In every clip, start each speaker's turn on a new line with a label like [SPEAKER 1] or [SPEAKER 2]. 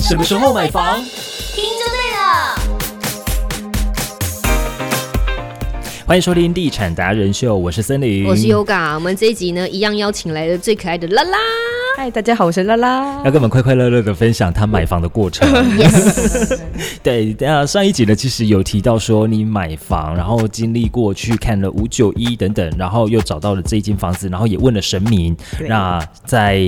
[SPEAKER 1] 什么时候买房？
[SPEAKER 2] 听就对了。
[SPEAKER 1] 欢迎收听《地产达人秀》，我是森林，
[SPEAKER 2] 我是 Yoga，我们这一集呢，一样邀请来了最可爱的拉拉。
[SPEAKER 3] 嗨，大家好，我是拉拉
[SPEAKER 1] 要。跟我们快快乐乐的分享他买房的过 程。对，那上一集呢，其实有提到说你买房，然后经历过去看了五九一等等，然后又找到了这一间房子，然后也问了神明。
[SPEAKER 3] 对
[SPEAKER 1] 那在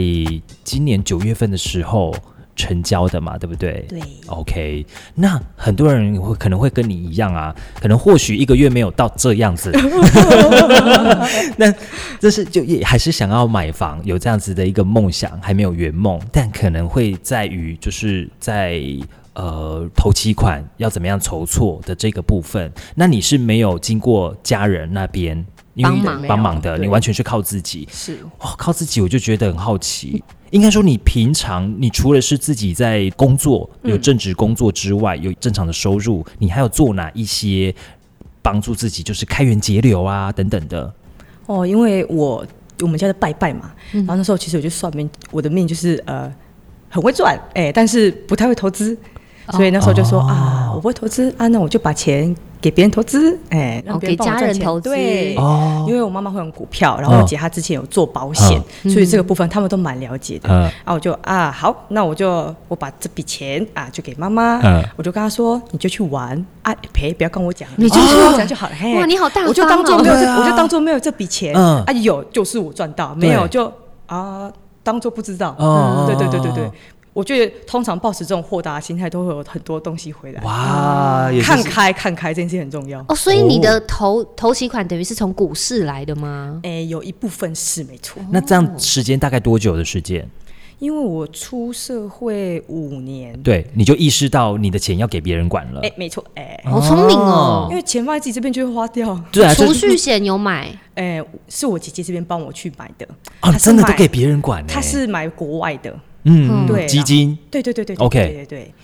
[SPEAKER 1] 今年九月份的时候成交的嘛，对不对？
[SPEAKER 3] 对
[SPEAKER 1] OK，那很多人会可能会跟你一样啊，可能或许一个月没有到这样 子，那这是就也还是想要买房，有这样子的一个梦想，还没有圆梦，但可能会在于就是在呃头期款要怎么样筹措的这个部分。那你是没有经过家人那边因为
[SPEAKER 2] 帮忙
[SPEAKER 1] 帮忙的，
[SPEAKER 3] 对
[SPEAKER 1] 你完全是靠自己。
[SPEAKER 3] 是
[SPEAKER 1] 哇，靠自己我就觉得很好奇。应该说，你平常你除了是自己在工作有正职工作之外，有正常的收入，你还有做哪一些帮助自己，就是开源节流啊等等的？
[SPEAKER 3] 哦，因为我我们家在拜拜嘛，
[SPEAKER 2] 嗯
[SPEAKER 3] 然后那时候其实我就算命，我的命就是呃很会赚，哎、但是不太会投资，所以那时候就说、
[SPEAKER 2] 哦
[SPEAKER 3] 啊，我不会投资啊，那我就把钱给别人投资，哎、让
[SPEAKER 2] 哦
[SPEAKER 3] 别人
[SPEAKER 2] 给
[SPEAKER 3] 帮我
[SPEAKER 2] 家
[SPEAKER 3] 赚
[SPEAKER 2] 人
[SPEAKER 3] 钱
[SPEAKER 2] 投资
[SPEAKER 3] 对，
[SPEAKER 1] 哦
[SPEAKER 3] 因为我妈妈会玩股票，
[SPEAKER 1] 嗯
[SPEAKER 3] 然后我姐她之前有做保险，所以这个部分他们都蛮了解的。
[SPEAKER 1] 嗯
[SPEAKER 3] 啊，我就啊好，那我就我把这笔钱啊就给妈妈，
[SPEAKER 1] 嗯
[SPEAKER 3] 我就跟她说，你就去玩啊，赔不要跟我讲，
[SPEAKER 2] 你就
[SPEAKER 3] 啊
[SPEAKER 2] 去
[SPEAKER 3] 跟我讲就好了。嘿
[SPEAKER 2] 哇你好大
[SPEAKER 3] 我就
[SPEAKER 2] 方
[SPEAKER 3] 当做
[SPEAKER 2] 哦
[SPEAKER 3] 没有
[SPEAKER 1] 对
[SPEAKER 3] 这，
[SPEAKER 1] 啊
[SPEAKER 3] 我就当做没有这笔钱，
[SPEAKER 1] 嗯
[SPEAKER 3] 啊有就是我赚到，没
[SPEAKER 1] 对
[SPEAKER 3] 有就啊当做不知道。
[SPEAKER 1] 哦
[SPEAKER 3] 嗯，对对对对
[SPEAKER 1] 哦
[SPEAKER 3] 对，我觉得通常抱持这种豁达的心态，都会有很多东西回来。
[SPEAKER 1] 哇，也就
[SPEAKER 3] 看
[SPEAKER 1] 是
[SPEAKER 3] 开看开这件事很重要。
[SPEAKER 2] 哦，所以你的投投期款等于是从股市来的吗？
[SPEAKER 3] 哎、有一部分是没错，
[SPEAKER 1] 那这样时间大概多久的时间？
[SPEAKER 3] 因为我出社会五年，
[SPEAKER 1] 对，你就意识到你的钱要给别人管了
[SPEAKER 3] 哎、。没错，哎、
[SPEAKER 2] 好聪明哦
[SPEAKER 3] 因！为钱放在自己这边就会花掉。
[SPEAKER 1] 对啊，
[SPEAKER 2] 储
[SPEAKER 1] 就是
[SPEAKER 2] 蓄险有买，
[SPEAKER 3] 哎、是我姐姐这边帮我去买的，
[SPEAKER 1] 啊，
[SPEAKER 3] 她是
[SPEAKER 1] 真的都
[SPEAKER 3] 买
[SPEAKER 1] 给别人管欸。
[SPEAKER 3] 她是买国外的，
[SPEAKER 1] 嗯，
[SPEAKER 3] 对
[SPEAKER 1] 嗯
[SPEAKER 3] 啊
[SPEAKER 1] 基金，
[SPEAKER 3] 对对对对
[SPEAKER 1] OK
[SPEAKER 3] 对对对。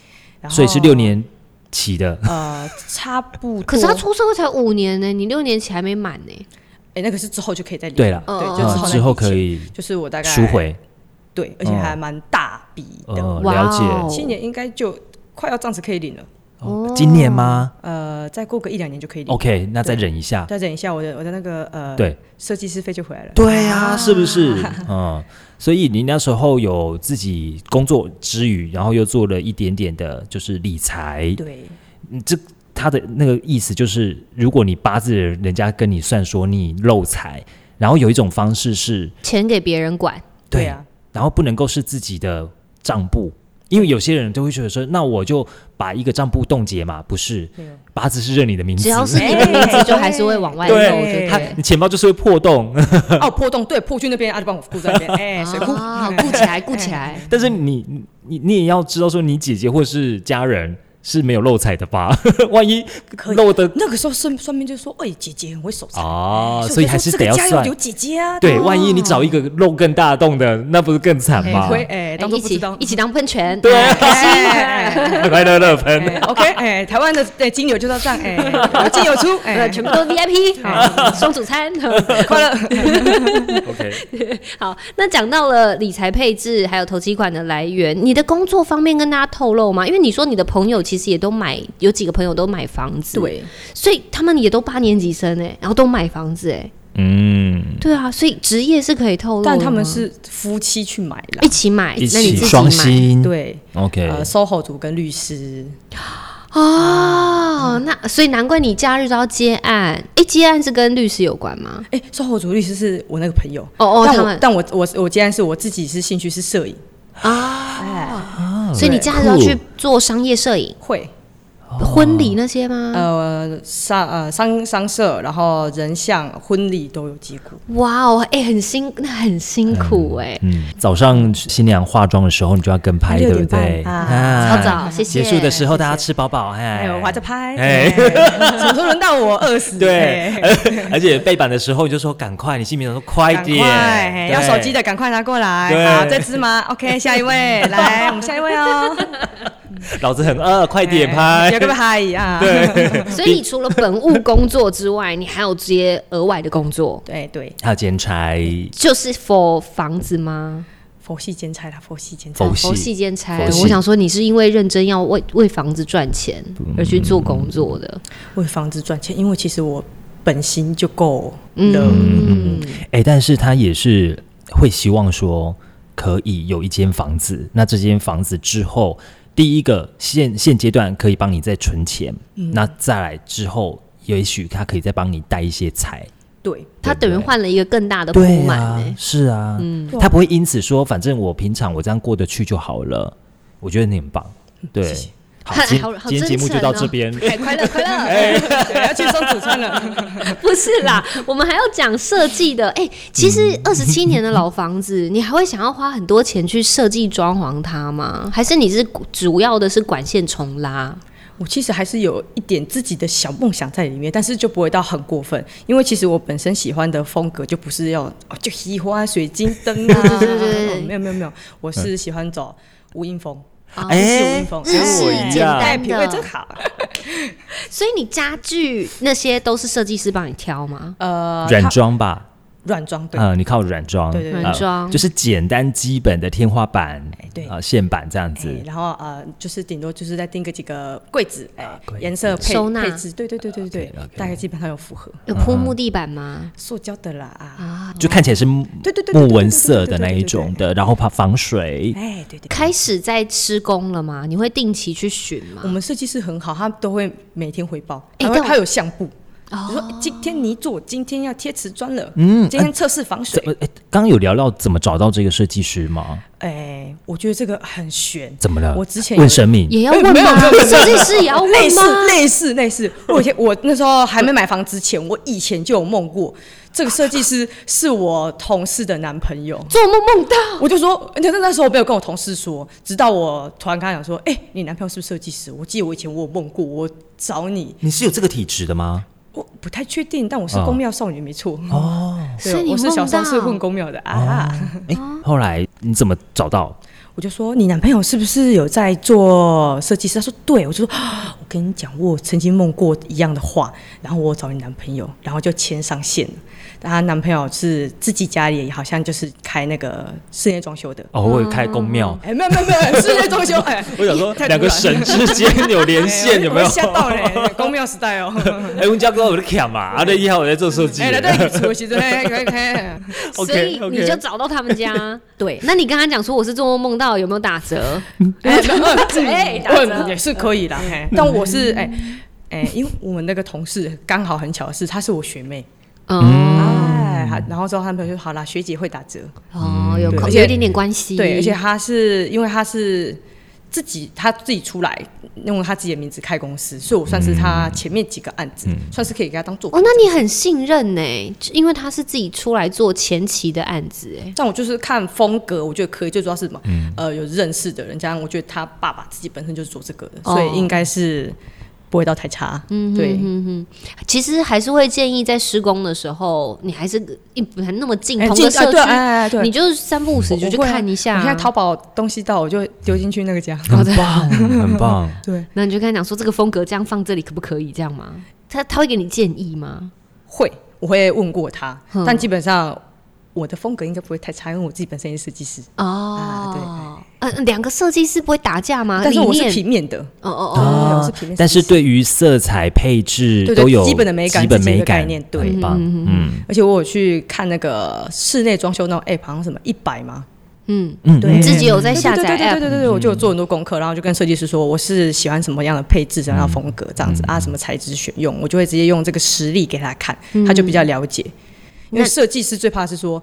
[SPEAKER 3] 然后
[SPEAKER 1] 所以是六，年起的。
[SPEAKER 3] 呃，差不多。
[SPEAKER 2] 可是他出社会才五年呢，你六年前还没满呢。
[SPEAKER 3] 哎、那个是之后就可以再领
[SPEAKER 1] 对了
[SPEAKER 3] 对，哦就
[SPEAKER 2] 嗯
[SPEAKER 3] 之后、
[SPEAKER 1] 嗯，之后可，以
[SPEAKER 3] 就是我大概
[SPEAKER 1] 赎，回。嗯
[SPEAKER 3] 对，而且还蛮大笔的，
[SPEAKER 1] 呃，
[SPEAKER 2] 哇
[SPEAKER 1] 了
[SPEAKER 2] 哦
[SPEAKER 1] 解。
[SPEAKER 3] 七年应该就快要这样子可以领了。
[SPEAKER 1] 哦今年吗
[SPEAKER 3] 呃，再过个一两年就可以领。
[SPEAKER 1] ？OK，那再忍一下。
[SPEAKER 3] 再等一下，我的我的那个呃，
[SPEAKER 1] 对，
[SPEAKER 3] 设计师费就回来了。
[SPEAKER 1] 对呀，啊是不 是？嗯，所以你那时候有自己工作之余，然后又做了一点点的，就是理财。
[SPEAKER 3] 对，
[SPEAKER 1] 嗯这他的那个意思就是，如果你八字人家跟你算说你漏财，然后有一种方式是，
[SPEAKER 2] 钱给别人管，
[SPEAKER 3] 对啊，
[SPEAKER 1] 然后不能够是自己的账簿，因为有些人都会觉得说，那我就把一个账簿冻结嘛，不是
[SPEAKER 3] 没有？
[SPEAKER 1] 八字是认你的名字，
[SPEAKER 2] 只要是你的名字，就还是会往外走。
[SPEAKER 1] 对
[SPEAKER 2] 我觉
[SPEAKER 1] 他
[SPEAKER 2] 得
[SPEAKER 1] 你钱包就是会破洞，
[SPEAKER 3] 哦，破洞对，破去那边，啊，就帮我顾在 那边，哎、水库，
[SPEAKER 2] 啊，顾起来，顾起来。
[SPEAKER 1] 但是你你你也要知道说，你姐姐或是家人是没有漏财的吧？ 万一漏 的
[SPEAKER 3] 那个时候算算命就说，哎、姐姐很会守财
[SPEAKER 1] 哦
[SPEAKER 3] 哎
[SPEAKER 1] 所以还是
[SPEAKER 3] 我就
[SPEAKER 1] 得要
[SPEAKER 3] 说这个家
[SPEAKER 1] 算
[SPEAKER 3] 要有姐姐啊，
[SPEAKER 1] 对，万一你找一个漏更大的洞的，那不是更惨吗？
[SPEAKER 3] 亏哎、当做
[SPEAKER 2] 一
[SPEAKER 3] 不知
[SPEAKER 2] 起
[SPEAKER 3] 道
[SPEAKER 2] 一，起当喷泉，
[SPEAKER 1] 对啊
[SPEAKER 2] 开心
[SPEAKER 3] 哎哎
[SPEAKER 1] 快快乐乐喷。
[SPEAKER 3] 哎 OK，哎、台湾的哎金牛就到这样，哎、有进有出，哎、
[SPEAKER 2] 呃，全部都 VIP，哎双主餐，
[SPEAKER 3] 快乐。哎
[SPEAKER 1] OK，
[SPEAKER 2] 好，那讲到了理财配置，还有投期款的来源，你的工作方面跟大家透露吗？因为你说你的朋友其实也都买，有几个朋友都买房子，，
[SPEAKER 3] 对，
[SPEAKER 2] 所以他们也都八年级生哎、然后都买房子哎、
[SPEAKER 1] 嗯，
[SPEAKER 2] 对啊，所以职业是可以透露的吗，
[SPEAKER 3] 但他们是夫妻去买啦
[SPEAKER 2] 一。起
[SPEAKER 3] 哎
[SPEAKER 2] 买，
[SPEAKER 1] 一
[SPEAKER 2] 那你
[SPEAKER 1] 起
[SPEAKER 2] 自己
[SPEAKER 1] 双
[SPEAKER 2] 买
[SPEAKER 1] 薪，
[SPEAKER 3] 对，
[SPEAKER 1] ，OK，
[SPEAKER 3] 呃，售后组跟律师，
[SPEAKER 2] 哦，那所以难怪你假日都要接案，哎、接案是跟律师有关吗？
[SPEAKER 3] 哎、售后组律师是我那个朋友，
[SPEAKER 2] 哦哦，
[SPEAKER 3] 但
[SPEAKER 2] 他
[SPEAKER 3] 我
[SPEAKER 2] 们
[SPEAKER 3] 但我我我既然是我自己是兴趣是摄影，
[SPEAKER 2] 啊，所以你
[SPEAKER 3] 对
[SPEAKER 2] 假日要
[SPEAKER 1] 酷
[SPEAKER 2] 去做商业摄影、
[SPEAKER 3] 会
[SPEAKER 1] 哦
[SPEAKER 2] 婚礼那些吗？
[SPEAKER 3] 呃商呃商商社，然后人像婚礼都有接过。
[SPEAKER 2] 哇哦，哎、很辛，那很辛苦哎、
[SPEAKER 1] 嗯，早上新娘化妆的时候，你就要跟拍，
[SPEAKER 3] 六
[SPEAKER 1] 对不
[SPEAKER 3] 点半
[SPEAKER 1] 对？
[SPEAKER 3] 啊
[SPEAKER 1] 啊
[SPEAKER 2] 超早，谢谢。
[SPEAKER 1] 结束的时候大家吃饱饱，哎
[SPEAKER 3] 哎，我还在拍，
[SPEAKER 1] 哎
[SPEAKER 3] 哎，什么时候轮到我 二十？
[SPEAKER 1] 对
[SPEAKER 3] 哎，
[SPEAKER 1] 而且背板的时候你就说赶快，你心里想说快
[SPEAKER 3] 赶快，
[SPEAKER 1] 点，
[SPEAKER 3] 哎要
[SPEAKER 1] 对
[SPEAKER 3] 手机的赶快拿过
[SPEAKER 1] 对
[SPEAKER 3] 来。好，这支吗？OK，下一位，来，我们下一位哦。
[SPEAKER 1] 老子很饿，快点拍
[SPEAKER 3] 哎要。不要嗨啊？
[SPEAKER 2] 所以你除了本务工作之外，你还有接额外的工作，
[SPEAKER 3] 对对，啊
[SPEAKER 1] 还有剪裁，
[SPEAKER 2] 就是 for 房子吗？
[SPEAKER 3] 佛系兼差啦，佛系兼差
[SPEAKER 1] 佛。系
[SPEAKER 2] 佛系兼差
[SPEAKER 1] 佛，系
[SPEAKER 2] 我想说你是因为认真要为为房子赚钱而去做工作的，
[SPEAKER 3] 为房子赚钱，因为其实我本薪就够了。
[SPEAKER 2] 嗯，
[SPEAKER 1] 哎、但是他也是会希望说可以有一间房子，那这间房子之后，第一个现现阶段可以帮你再存钱，
[SPEAKER 3] 嗯
[SPEAKER 1] 那再来之后，也许他可以再帮你带一些财。
[SPEAKER 3] 对，
[SPEAKER 2] 他等于换了一个更
[SPEAKER 3] 呃
[SPEAKER 2] 大的铺
[SPEAKER 1] 对
[SPEAKER 2] 满
[SPEAKER 1] 啊
[SPEAKER 2] 欸，
[SPEAKER 1] 是啊，
[SPEAKER 3] 嗯
[SPEAKER 1] 他不会因此说，反正我平常我这样过得去就好了。我觉得你很棒，对。
[SPEAKER 3] 嗯谢谢
[SPEAKER 1] 好，
[SPEAKER 2] 很
[SPEAKER 1] 今
[SPEAKER 2] 好好
[SPEAKER 1] 今天
[SPEAKER 2] 真
[SPEAKER 1] 节目就到
[SPEAKER 2] 诚哦
[SPEAKER 1] 这边。
[SPEAKER 2] 哎快乐快乐。
[SPEAKER 3] 对，要去送主餐了。
[SPEAKER 2] 不是啦，我们还要讲设计的。哎、其实二十七年的老房子，你还会想要花很多钱去设计装潢它吗？还是你是主要的是管线重拉？
[SPEAKER 3] 我其实还是有一点自己的小梦想在里面，但是就不会到很过分，因为其实我本身喜欢的风格就不是要哦就喜欢水晶灯啊，
[SPEAKER 2] 对对对对
[SPEAKER 3] 没有没有没有，我是喜欢走无印风，
[SPEAKER 2] 啊
[SPEAKER 1] 哎
[SPEAKER 3] 是无印风，
[SPEAKER 2] 日式
[SPEAKER 1] 跟我一
[SPEAKER 2] 简
[SPEAKER 1] 样
[SPEAKER 3] 哎
[SPEAKER 2] 单
[SPEAKER 3] 品味
[SPEAKER 2] 的
[SPEAKER 3] 真，好。
[SPEAKER 2] 所以你家具那些都是设计师帮你挑吗？
[SPEAKER 3] 呃，
[SPEAKER 1] 软
[SPEAKER 3] 它
[SPEAKER 1] 装吧，
[SPEAKER 3] 软装对，
[SPEAKER 1] 嗯，你靠软装，
[SPEAKER 3] 对对对
[SPEAKER 1] 呃
[SPEAKER 2] 软装
[SPEAKER 1] 就是简单基本的天花板
[SPEAKER 3] 哎，对
[SPEAKER 1] 啊，线板这样子
[SPEAKER 3] 哎，然后呃，就是顶多就是再订个几个柜子，哎
[SPEAKER 1] 啊柜，子
[SPEAKER 3] 颜色配
[SPEAKER 2] 收纳
[SPEAKER 3] 配置，对对对对对，
[SPEAKER 1] OK，OK
[SPEAKER 3] 大概基本上有符合
[SPEAKER 2] 有铺木地板吗？
[SPEAKER 3] 塑胶的啦啊，
[SPEAKER 2] 啊，
[SPEAKER 1] 就看起来是木
[SPEAKER 3] 对对对对
[SPEAKER 1] 木
[SPEAKER 3] 对
[SPEAKER 1] 纹
[SPEAKER 3] 对对
[SPEAKER 1] 色
[SPEAKER 3] 对
[SPEAKER 1] 的
[SPEAKER 3] 对
[SPEAKER 1] 那
[SPEAKER 3] 对
[SPEAKER 1] 一
[SPEAKER 3] 对
[SPEAKER 1] 种的，然后怕防水，
[SPEAKER 3] 哎，对对对。
[SPEAKER 2] 开始在施工了吗？你会定期去巡吗
[SPEAKER 3] 我？们设计师很好，他都会每天回报，
[SPEAKER 2] 哎
[SPEAKER 3] 然后
[SPEAKER 2] 但我
[SPEAKER 3] 他有相簿。
[SPEAKER 2] 哦
[SPEAKER 3] 我说哎今天泥做，今天要贴瓷砖了，嗯，今天测试防水
[SPEAKER 1] 哎怎。么？哎，刚刚有聊到怎么找到这个设计师吗？
[SPEAKER 3] 哎，我觉得这个很悬。
[SPEAKER 1] 怎么了？
[SPEAKER 3] 我之前有
[SPEAKER 1] 问神明，
[SPEAKER 2] 也要问
[SPEAKER 3] 没有
[SPEAKER 2] 吗？
[SPEAKER 3] 没有没有
[SPEAKER 2] 设计师也要问
[SPEAKER 3] 类
[SPEAKER 2] 吗
[SPEAKER 3] 似？类似类似，我以前我那时候还没买房之前，我以前就有梦过，这个设计师是我同事的男朋友。
[SPEAKER 2] 做梦梦到。
[SPEAKER 3] 我就说，那那那时候我没有跟我同事说，直到我突然跟他讲说，哎、你男朋友是不是设计师？我记得我以前我有梦过，我找你，
[SPEAKER 1] 你是有这个体质的吗？
[SPEAKER 3] 我不太确定，但我是
[SPEAKER 1] 哦
[SPEAKER 3] 宫庙少女，没错。
[SPEAKER 1] 哦，
[SPEAKER 2] 所 以
[SPEAKER 3] 对，
[SPEAKER 2] 你
[SPEAKER 3] 我是小时候
[SPEAKER 2] 梦
[SPEAKER 3] 是
[SPEAKER 2] 到
[SPEAKER 3] 混宫庙的啊。
[SPEAKER 1] 哎，后来你怎么找到？
[SPEAKER 3] 我就说你男朋友是不是有在做设计师？他说对，我就说啊我跟你讲，我曾经梦过一样的话，然后我找你男朋友，然后就牵上线了。她男朋友是自己家里好像就是开那个室内装修的，
[SPEAKER 1] 哦，我有开公庙，
[SPEAKER 3] 哎、没有没有没有室内装修，哎、
[SPEAKER 1] 我想说
[SPEAKER 3] 太突
[SPEAKER 1] 两
[SPEAKER 3] 然
[SPEAKER 1] 个神之间有连线，有没有
[SPEAKER 3] 哎我？吓 到嘞，公庙时代哦。
[SPEAKER 1] 哎，我家哥我在看嘛，啊，对，一号我在做设计
[SPEAKER 3] 哎，。来对，除夕真哎哎 哎，
[SPEAKER 2] 所
[SPEAKER 1] OK，
[SPEAKER 2] 以
[SPEAKER 1] OK
[SPEAKER 2] 你就找到他 们家。对，那你跟他讲说我是做梦梦到，有没有打折？
[SPEAKER 3] 哎，
[SPEAKER 2] 哎打折
[SPEAKER 3] 嗯也是可以啦。嘿但我是哎哎，因为我们那个同事刚好很巧的是，她是我学妹，
[SPEAKER 2] 哦
[SPEAKER 3] 哎，她然后之后她朋友就说好啦，学姐会打折，
[SPEAKER 2] 哦，有
[SPEAKER 3] 嗯对
[SPEAKER 2] 空
[SPEAKER 3] 而
[SPEAKER 2] 有
[SPEAKER 3] 且
[SPEAKER 2] 一点点关系。
[SPEAKER 3] 对，而且她是因为她是。自己她自己出来用她自己的名字开公司，所以我算是她
[SPEAKER 1] 嗯
[SPEAKER 3] 前面几个案子，算是可以给她当做。
[SPEAKER 2] 哦，那你很信任呢，因为他是自己出来做前期的案子，哎，
[SPEAKER 3] 但我就是看风格，我觉得可以。最主要是什么？呃，有认识的人，加上我觉得他爸爸自己本身就是做这个的，
[SPEAKER 2] 哦
[SPEAKER 3] 所以应该是不会到太差。嗯，对，
[SPEAKER 2] 其实还是会建议在施工的时候，你还是一不那么近
[SPEAKER 3] 哎
[SPEAKER 2] 同
[SPEAKER 3] 进
[SPEAKER 2] 个
[SPEAKER 3] 啊
[SPEAKER 2] 社
[SPEAKER 3] 对
[SPEAKER 2] 区，
[SPEAKER 3] 哎哎对
[SPEAKER 2] 你就是三不五时就去
[SPEAKER 3] 我会啊
[SPEAKER 2] 看一下
[SPEAKER 3] 我现在
[SPEAKER 2] 啊。
[SPEAKER 3] 淘宝东西到，我就丢进去那个家。
[SPEAKER 1] 很棒，很棒。
[SPEAKER 3] 对，
[SPEAKER 2] 那你就跟他讲说这个风格这样放这里可不可以这样吗？他他会给你建议吗？
[SPEAKER 3] 会，我会问过他，
[SPEAKER 2] 嗯
[SPEAKER 3] 但基本上我的风格应该不会太差，因为我自己本身也是设计师，
[SPEAKER 2] 哦，嗯、呃，两个设计师不会打架吗？
[SPEAKER 3] 但是我
[SPEAKER 2] 理
[SPEAKER 3] 是
[SPEAKER 2] 念
[SPEAKER 3] 平面的，
[SPEAKER 2] 哦哦哦，
[SPEAKER 3] 对
[SPEAKER 1] 哦
[SPEAKER 3] 我是平面设计师。
[SPEAKER 1] 但是对于色彩配置
[SPEAKER 3] 对对
[SPEAKER 1] 都有
[SPEAKER 3] 基本的美感
[SPEAKER 1] 基本美
[SPEAKER 3] 自己的概
[SPEAKER 1] 感
[SPEAKER 3] 念对
[SPEAKER 1] 很棒，嗯
[SPEAKER 3] 而且我有去看那个室内装修那种 app，好像什么一百嘛，
[SPEAKER 2] 嗯，
[SPEAKER 1] 嗯，
[SPEAKER 3] 对
[SPEAKER 2] 你自己有在下载
[SPEAKER 3] 对对对对
[SPEAKER 2] app 嗯
[SPEAKER 3] 对对对，我就有做很多功课，然后就跟设计师说我是喜啊欢什么样的配置、什么样的风格这样子
[SPEAKER 2] 嗯
[SPEAKER 3] 啊，什么材质选用，我就会直接用这个实例给他看，
[SPEAKER 2] 嗯
[SPEAKER 3] 他就比较了解。因为设计师最怕是说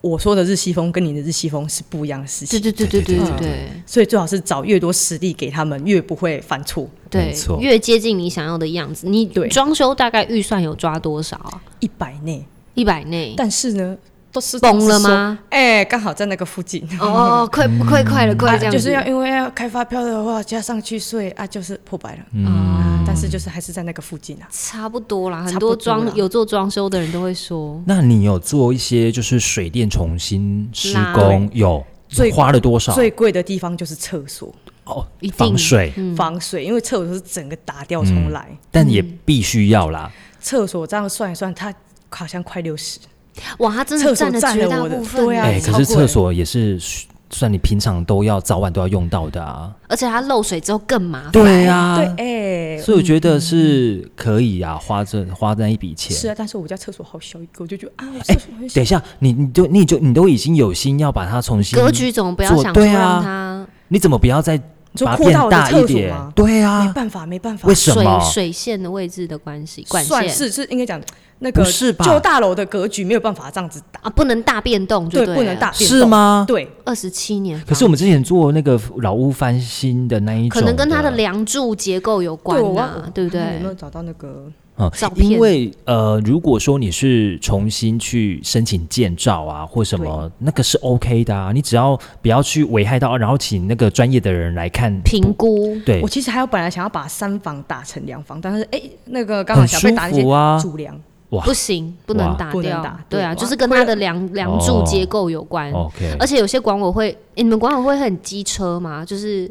[SPEAKER 3] 我说的日系风跟你的日系风是不一样的事
[SPEAKER 2] 对
[SPEAKER 3] 情，
[SPEAKER 2] 对对对对对对
[SPEAKER 3] 所以最好是找越多实例给他们，越不会犯错。
[SPEAKER 1] 没错
[SPEAKER 2] 对，越接近你想要的样子。你
[SPEAKER 3] 对
[SPEAKER 2] 装修大概预算有抓多少啊？
[SPEAKER 3] 一百内，
[SPEAKER 2] 一百内。
[SPEAKER 3] 但是呢，都是
[SPEAKER 2] 崩嗯了吗？
[SPEAKER 3] 哎，刚好在那个附 近。
[SPEAKER 2] 哦，哦快快快了，快
[SPEAKER 3] 啊
[SPEAKER 2] 这样子
[SPEAKER 3] 就是要因为要开发票的话，加上去税啊，就是破百了。
[SPEAKER 2] 啊，
[SPEAKER 3] 但是就是还是在那个附近啊。
[SPEAKER 2] 差不多啦。很
[SPEAKER 3] 差不
[SPEAKER 2] 多
[SPEAKER 3] 多
[SPEAKER 2] 装
[SPEAKER 3] 啦
[SPEAKER 2] 有做装修的人都会说，
[SPEAKER 1] 那你有做一些就是水电重新施
[SPEAKER 2] 拉
[SPEAKER 1] 工？有
[SPEAKER 3] 最
[SPEAKER 1] 花了多少？
[SPEAKER 3] 最贵的地方就是厕所、
[SPEAKER 1] 哦
[SPEAKER 2] 一，定
[SPEAKER 1] 防水，
[SPEAKER 3] 防水，因为厕所是整个打掉重来。
[SPEAKER 1] 但也必须要啦。
[SPEAKER 3] 嗯厕所这样算一算，它好像快六十。
[SPEAKER 2] 哇，他真的
[SPEAKER 3] 厕所
[SPEAKER 2] 占了
[SPEAKER 3] 占
[SPEAKER 2] 绝
[SPEAKER 3] 了
[SPEAKER 2] 大
[SPEAKER 3] 我的
[SPEAKER 2] 部分
[SPEAKER 3] 对
[SPEAKER 2] 呢。
[SPEAKER 3] 啊
[SPEAKER 1] 哎，
[SPEAKER 3] 超
[SPEAKER 1] 可是
[SPEAKER 3] 贵
[SPEAKER 1] 厕所也是算你平常都要早晚都要用到的啊。
[SPEAKER 2] 而且它漏水之后更麻烦。
[SPEAKER 1] 对啊，
[SPEAKER 3] 对，哎、
[SPEAKER 1] 所以我觉得是可以啊，花这花那一笔钱。
[SPEAKER 3] 是啊，但是我们家厕所好小一个，我就觉得
[SPEAKER 1] 哎
[SPEAKER 3] 啊，我厕所很小。
[SPEAKER 1] 等一下，你你就你就你都已经有心要把它重新
[SPEAKER 2] 格局总不要
[SPEAKER 1] 做
[SPEAKER 2] 想说
[SPEAKER 1] 对
[SPEAKER 2] 让
[SPEAKER 1] 啊，
[SPEAKER 2] 它
[SPEAKER 1] 你怎么不要再
[SPEAKER 3] 你说
[SPEAKER 1] 把它
[SPEAKER 3] 扩
[SPEAKER 1] 变
[SPEAKER 3] 大我的
[SPEAKER 1] 大一
[SPEAKER 3] 厕所
[SPEAKER 1] 点
[SPEAKER 3] 吗？
[SPEAKER 1] 对
[SPEAKER 3] 没
[SPEAKER 1] 啊，
[SPEAKER 3] 办法，没办法
[SPEAKER 1] 为，什
[SPEAKER 2] 水
[SPEAKER 1] 么？
[SPEAKER 2] 水线的位置的关系，管
[SPEAKER 3] 算
[SPEAKER 2] 线
[SPEAKER 3] 是是应该讲那个
[SPEAKER 1] 不是吧
[SPEAKER 3] 旧大楼的格局没有办法这样子打，
[SPEAKER 2] 啊，不能大变动就
[SPEAKER 3] 不能大变动
[SPEAKER 1] 是？吗？
[SPEAKER 3] 对，啊
[SPEAKER 2] 二十七年，
[SPEAKER 1] 可是我们之前做那个老屋翻新的那一种，
[SPEAKER 2] 可能跟它的梁柱结构有关
[SPEAKER 3] 我嗯
[SPEAKER 2] 啊，对不
[SPEAKER 3] 看有没有
[SPEAKER 2] 对？
[SPEAKER 3] 找到那个？
[SPEAKER 1] 嗯
[SPEAKER 2] 照，片
[SPEAKER 1] 因为呃，如果说你是重新去申请建造啊或什么，那个是 OK 的啊，你只要不要去危害到，然后请那个专业的人来看
[SPEAKER 2] 评估
[SPEAKER 1] 对
[SPEAKER 3] 我，其实还有本来想要把三房打成两房，但是哎、那个刚好
[SPEAKER 1] 很
[SPEAKER 3] 小被打那
[SPEAKER 1] 舒服啊
[SPEAKER 3] 些主梁，
[SPEAKER 1] 哇
[SPEAKER 2] 不行，不能
[SPEAKER 1] 哇哦
[SPEAKER 2] 打
[SPEAKER 3] 不能
[SPEAKER 2] 掉
[SPEAKER 3] 打，
[SPEAKER 2] 对
[SPEAKER 3] 对
[SPEAKER 2] 啊，
[SPEAKER 3] 哇
[SPEAKER 2] 就是跟它的梁梁柱结构有关。
[SPEAKER 1] OK，
[SPEAKER 2] 而且有些管委会，诶你们管委会很机车吗？就是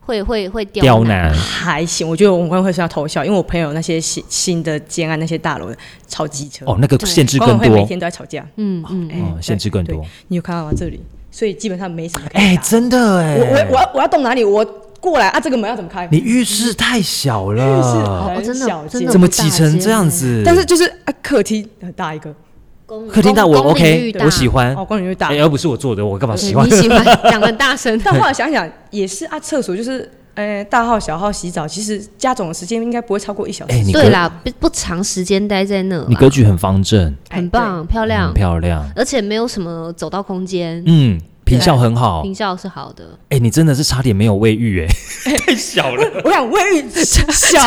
[SPEAKER 2] 会会会刁
[SPEAKER 1] 刁难，
[SPEAKER 3] 还行，我觉得我们管委会是要投效，因为我朋友那些新新的建案那些大楼超机车，
[SPEAKER 1] 哦，那个
[SPEAKER 2] 对
[SPEAKER 1] 限制
[SPEAKER 3] 管委
[SPEAKER 1] 更
[SPEAKER 3] 会每
[SPEAKER 1] 多，
[SPEAKER 3] 天都在吵架，
[SPEAKER 2] 嗯嗯，
[SPEAKER 3] 哎
[SPEAKER 1] 嗯，限制更多
[SPEAKER 3] 对，你有看到吗？这里，所以基本上没什么可以打。
[SPEAKER 1] 哎，真的哎，
[SPEAKER 3] 我我我要我要动哪里？我过来啊，这个门要怎么开？
[SPEAKER 1] 你浴室太小
[SPEAKER 3] 浴
[SPEAKER 1] 了，
[SPEAKER 2] 哦
[SPEAKER 3] 很
[SPEAKER 2] 真的
[SPEAKER 3] 哎小
[SPEAKER 2] 真的
[SPEAKER 3] 间
[SPEAKER 1] 怎么挤成这样子？
[SPEAKER 3] 但是就是啊，客厅很大一个，
[SPEAKER 2] 公
[SPEAKER 1] 客厅大我
[SPEAKER 2] 公公领域
[SPEAKER 1] OK，
[SPEAKER 2] 大
[SPEAKER 1] 我喜欢，
[SPEAKER 3] 哦，光源就大
[SPEAKER 1] 哎，。要不是我做的，我干嘛
[SPEAKER 2] 对
[SPEAKER 1] 喜欢
[SPEAKER 2] 你？喜欢讲的大 声，
[SPEAKER 3] 但后来想想也是啊，厕所就是呃大号小号洗澡，其实家总的时间应该不会超过一小时。
[SPEAKER 1] 哎你
[SPEAKER 2] 对
[SPEAKER 1] 隔
[SPEAKER 2] 啦，不不长时间待在那啦，
[SPEAKER 1] 你格局很方正，
[SPEAKER 3] 哎
[SPEAKER 2] 很棒，漂亮
[SPEAKER 1] 很，漂亮，
[SPEAKER 2] 而且没有什么走到空间，
[SPEAKER 1] 嗯，平效很好，
[SPEAKER 2] 平效是好的。
[SPEAKER 1] 哎、你真的是差点没有卫浴哎、 太小了，
[SPEAKER 3] 对我想卫浴小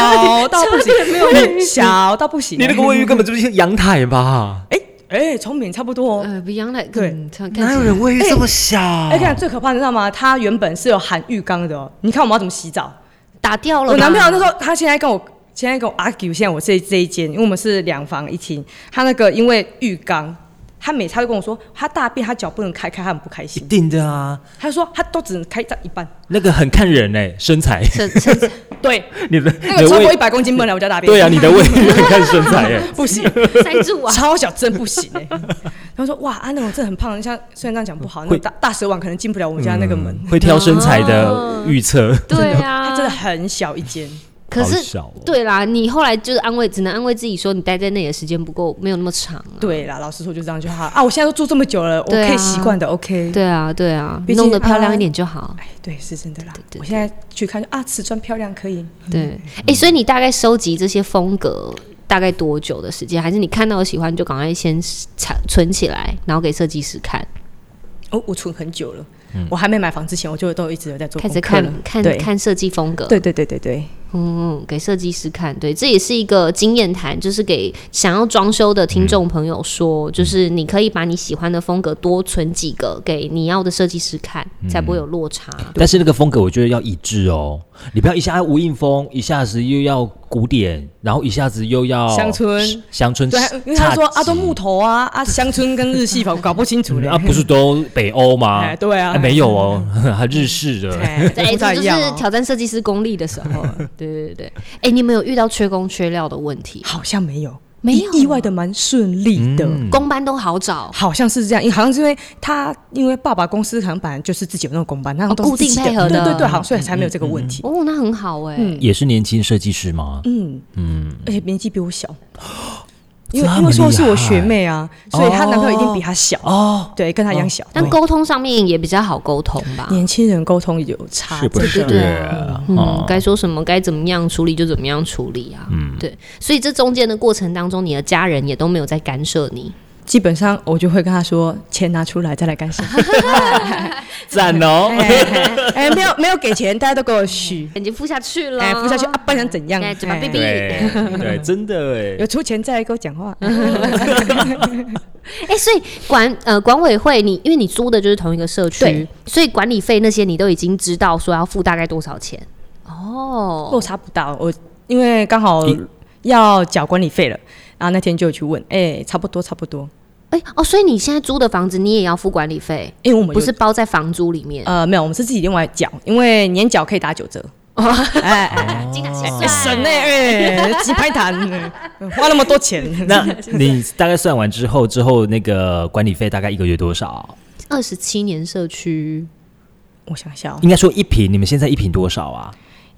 [SPEAKER 3] 到不行，没有小到不行。
[SPEAKER 1] 你那个卫浴根本就是阳台吧？
[SPEAKER 3] 哎哎，从免差不多哦。
[SPEAKER 2] 呃，比阳台
[SPEAKER 3] 对
[SPEAKER 2] 更看
[SPEAKER 1] 哪有
[SPEAKER 2] 看
[SPEAKER 1] 人卫浴这么小？
[SPEAKER 3] 哎，看最可怕的你知道吗？它原本是有含浴缸的哦。你看我们要怎么洗澡？
[SPEAKER 2] 打掉了吧。
[SPEAKER 3] 我男朋友那时候，他现在跟我现在跟我 argue，现在我这这一间，因为我们是两房一厅，他那个因为浴缸，他每次他就跟我说，他大便他脚不能开开，他很不开
[SPEAKER 1] 一
[SPEAKER 3] 心。
[SPEAKER 1] 定的啊，
[SPEAKER 3] 他就说他都只能开到一半，
[SPEAKER 1] 那个很看人哎、身材，
[SPEAKER 2] 身身材
[SPEAKER 3] 对，
[SPEAKER 1] 你的
[SPEAKER 3] 那
[SPEAKER 1] 你
[SPEAKER 3] 个
[SPEAKER 1] 的
[SPEAKER 3] 超过一
[SPEAKER 1] 卫
[SPEAKER 3] 百公斤不能来我家大便。
[SPEAKER 1] 对啊，你的卫浴很看身材哎、
[SPEAKER 3] 不 行，
[SPEAKER 2] 塞住啊，
[SPEAKER 3] 超小真不行哎、他说哇，安、啊、娜我真的很胖，像虽然这样讲不好，那
[SPEAKER 1] 会
[SPEAKER 3] 个大大蛇丸可能进不了我们家那个门。
[SPEAKER 1] 嗯会挑身材
[SPEAKER 3] 哦
[SPEAKER 1] 的预测，
[SPEAKER 2] 对
[SPEAKER 3] 它 真的
[SPEAKER 2] 啊。
[SPEAKER 3] 很小一间，
[SPEAKER 2] 可
[SPEAKER 1] 好
[SPEAKER 2] 是
[SPEAKER 1] 小哦
[SPEAKER 2] 对啦，你后来就是安慰，只能安慰自己说，你待在那里的时间不够，没有那么长啊。
[SPEAKER 3] 对啦，老实说就这样就好啊。我现在都住这么久了，我
[SPEAKER 2] 对啊
[SPEAKER 3] 可以习惯的，OK。
[SPEAKER 2] 对啊，对啊，
[SPEAKER 3] 毕竟
[SPEAKER 2] 弄得漂亮一点就好。
[SPEAKER 3] 哎，对，是真的啦。
[SPEAKER 2] 对对
[SPEAKER 3] 我现在去看啊，瓷砖漂亮，可以。
[SPEAKER 2] 对，哎，所以你大概收集这些风格大概多久的时间？还是你看到喜欢就赶快先藏存起来，然后给设计师看，
[SPEAKER 3] 哦，我存很久了，我还没买房之前，我就都一直有在做
[SPEAKER 2] 嗯开始
[SPEAKER 3] 功课了
[SPEAKER 2] 看看
[SPEAKER 3] 对
[SPEAKER 2] 看设计风格。
[SPEAKER 3] 对对对对对，
[SPEAKER 2] 嗯，给设计师看，对，这也是一个经验谈，就是给想要装修的听众朋友说，就是你可以把你喜欢的风格多存几个给你要的设计师看，才不会有落差。
[SPEAKER 1] 但是那个风格我觉得要一致哦，你不要一下无印风，一下子又要古典，然后一下子又要
[SPEAKER 3] 乡村
[SPEAKER 1] 乡村
[SPEAKER 3] 对
[SPEAKER 1] 差，，
[SPEAKER 3] 因为他说啊，都
[SPEAKER 1] 木
[SPEAKER 3] 木头啊啊，乡村跟日系吧，我搞不清楚嘞。
[SPEAKER 1] 啊，不是都北欧吗？
[SPEAKER 3] 哎对啊
[SPEAKER 1] 哎没有哦， 还日式 的。
[SPEAKER 3] 哎，
[SPEAKER 2] 对，
[SPEAKER 3] 不
[SPEAKER 2] 这
[SPEAKER 3] 太
[SPEAKER 2] 就
[SPEAKER 3] 一
[SPEAKER 2] 是
[SPEAKER 3] 样哦，
[SPEAKER 2] 挑战设计师功力的时候。啊对对对对，哎、你们有遇到缺工缺料的问题？
[SPEAKER 3] 好像没有，
[SPEAKER 2] 没有
[SPEAKER 3] 意意外的蛮顺利的。
[SPEAKER 1] 嗯
[SPEAKER 2] 工班都好找，
[SPEAKER 3] 好像是这样，因为好像是因为他，因为爸爸公司可能本来就是自己有那种公班，那种都是
[SPEAKER 2] 哦固定
[SPEAKER 3] 自己
[SPEAKER 2] 配合的
[SPEAKER 3] 对对对，好，所以才没有这个问题。
[SPEAKER 2] 哦，那很好哎、
[SPEAKER 3] 嗯
[SPEAKER 1] 也是年轻设计师吗？
[SPEAKER 3] 嗯
[SPEAKER 1] 嗯，
[SPEAKER 3] 而且年纪比我 小，因
[SPEAKER 1] 这
[SPEAKER 3] 为
[SPEAKER 1] 么
[SPEAKER 3] 因为说
[SPEAKER 1] 厉
[SPEAKER 3] 是我学
[SPEAKER 1] 害
[SPEAKER 3] 妹啊，所以她男朋友一定比她小，
[SPEAKER 1] 哦，
[SPEAKER 3] 对，跟她一样小。
[SPEAKER 2] 但
[SPEAKER 3] 对
[SPEAKER 2] 沟通上面也比较好沟通吧。
[SPEAKER 3] 年轻人沟通有差，
[SPEAKER 1] 是不
[SPEAKER 3] 真
[SPEAKER 1] 是？
[SPEAKER 3] 的
[SPEAKER 2] 对对
[SPEAKER 1] 啊
[SPEAKER 3] 哦
[SPEAKER 2] 嗯，该说什么该怎么样处理就怎么样处理啊。嗯，对，所以这中间的过程当中，你的家人也都没有在干涉你。
[SPEAKER 3] 基本上我就会跟他说，钱拿出来再来干啥。
[SPEAKER 1] 赞哦！
[SPEAKER 3] 哎，没有没有给钱，大家都给我 许，
[SPEAKER 2] 已经付下去了，
[SPEAKER 3] 哎，付下去啊，不然想怎样
[SPEAKER 2] 哎，？嘴巴
[SPEAKER 3] 哎
[SPEAKER 2] 闭闭。
[SPEAKER 1] 对 对，真的
[SPEAKER 3] 有
[SPEAKER 1] 哎，
[SPEAKER 3] 出钱再来跟我讲 话。
[SPEAKER 2] 哎，所以管呃管委会你，因为你租的就是同一个社区
[SPEAKER 3] 对，
[SPEAKER 2] 所以管理费那些你都已经知道说要付大概多少钱。哦
[SPEAKER 3] 落，差不大，我因为刚好
[SPEAKER 1] 一
[SPEAKER 3] 要缴管理费了，然后那天就有去问，哎，差不多差不多，
[SPEAKER 2] 哎哦，所以你现在租的房子你也要付管理费，
[SPEAKER 3] 因为我们
[SPEAKER 2] 不
[SPEAKER 3] 有
[SPEAKER 2] 是包在房租里面。
[SPEAKER 3] 呃没有，我们是自己另外缴，因为年缴可以打九折。哎哎，
[SPEAKER 2] 精打细
[SPEAKER 3] 哎省呢，哎，几拍谈，花那么多钱，
[SPEAKER 1] 那你大概算完之后，之后那个管理费大概一个月多少？
[SPEAKER 2] 二十七年社区
[SPEAKER 3] 我想想、哦，
[SPEAKER 1] 应该说一瓶，你们现在一瓶多少啊？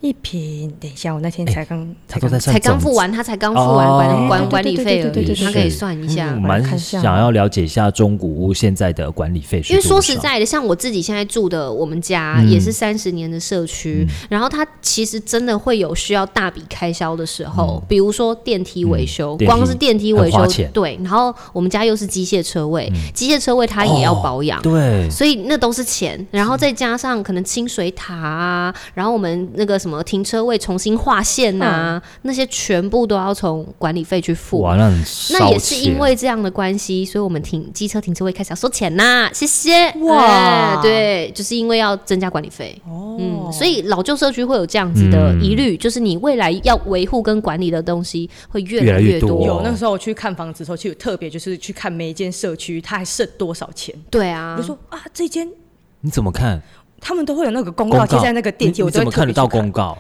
[SPEAKER 3] 一瓶，等一下，我那天才刚、
[SPEAKER 1] 他都在算
[SPEAKER 2] 才刚
[SPEAKER 1] 总
[SPEAKER 2] 付
[SPEAKER 1] 值
[SPEAKER 2] 完，他才刚付完管
[SPEAKER 1] 哦
[SPEAKER 2] 管管理费而
[SPEAKER 3] 对
[SPEAKER 2] 已，
[SPEAKER 1] 也
[SPEAKER 3] 对对对对对
[SPEAKER 2] 他可以算一下
[SPEAKER 1] 是嗯我。
[SPEAKER 3] 我来
[SPEAKER 1] 蛮
[SPEAKER 3] 看一下
[SPEAKER 1] 想要了解一下中古屋现在的管理费是
[SPEAKER 2] 因为说
[SPEAKER 1] 多
[SPEAKER 2] 实
[SPEAKER 1] 少，嗯
[SPEAKER 2] 在的，像我自己现在住的我们家、也是三十年的社区，然后它其实真的会有需要大笔开销的时候，比如说电梯维修，
[SPEAKER 1] 嗯电梯
[SPEAKER 2] 光是电梯维
[SPEAKER 1] 很
[SPEAKER 2] 修
[SPEAKER 1] 花钱，嗯
[SPEAKER 2] 对，然后我们家又是机械车位，机械车位它也要保养。
[SPEAKER 1] 哦对，
[SPEAKER 2] 所以那都是钱，然后再加上可能清水塔啊，然后我们那个什么停车位重新划线啊，那些全部都要从管理费去
[SPEAKER 1] 嗯
[SPEAKER 2] 付。
[SPEAKER 1] 哇，那很
[SPEAKER 2] 那
[SPEAKER 1] 烧
[SPEAKER 2] 也是
[SPEAKER 1] 钱
[SPEAKER 2] 因为这样的关系，所以我们停机车停车位开始要收钱啦，谢谢。
[SPEAKER 3] 哇
[SPEAKER 2] 哎对，就是因为要增加管理费。
[SPEAKER 3] 哦
[SPEAKER 2] 嗯，所以老旧社区会有这样子的
[SPEAKER 1] 嗯
[SPEAKER 2] 疑虑，就是你未来要维护跟管理的东西会越
[SPEAKER 1] 越来
[SPEAKER 2] 来
[SPEAKER 1] 越
[SPEAKER 2] 越
[SPEAKER 1] 多
[SPEAKER 3] 有那个时候我去看房子的时候，去特别就是去看每一间社区，它还剩多少钱。
[SPEAKER 2] 对啊，
[SPEAKER 3] 我就说啊，这间
[SPEAKER 1] 你怎么看
[SPEAKER 3] 他们都会有那个公
[SPEAKER 1] 公
[SPEAKER 3] 告
[SPEAKER 1] 告
[SPEAKER 3] 贴在那个电
[SPEAKER 1] 你
[SPEAKER 3] 梯，我
[SPEAKER 1] 你
[SPEAKER 3] 都
[SPEAKER 1] 怎
[SPEAKER 3] 会
[SPEAKER 1] 么
[SPEAKER 3] 特
[SPEAKER 1] 看得
[SPEAKER 3] 别去
[SPEAKER 1] 到
[SPEAKER 3] 看
[SPEAKER 1] 公告？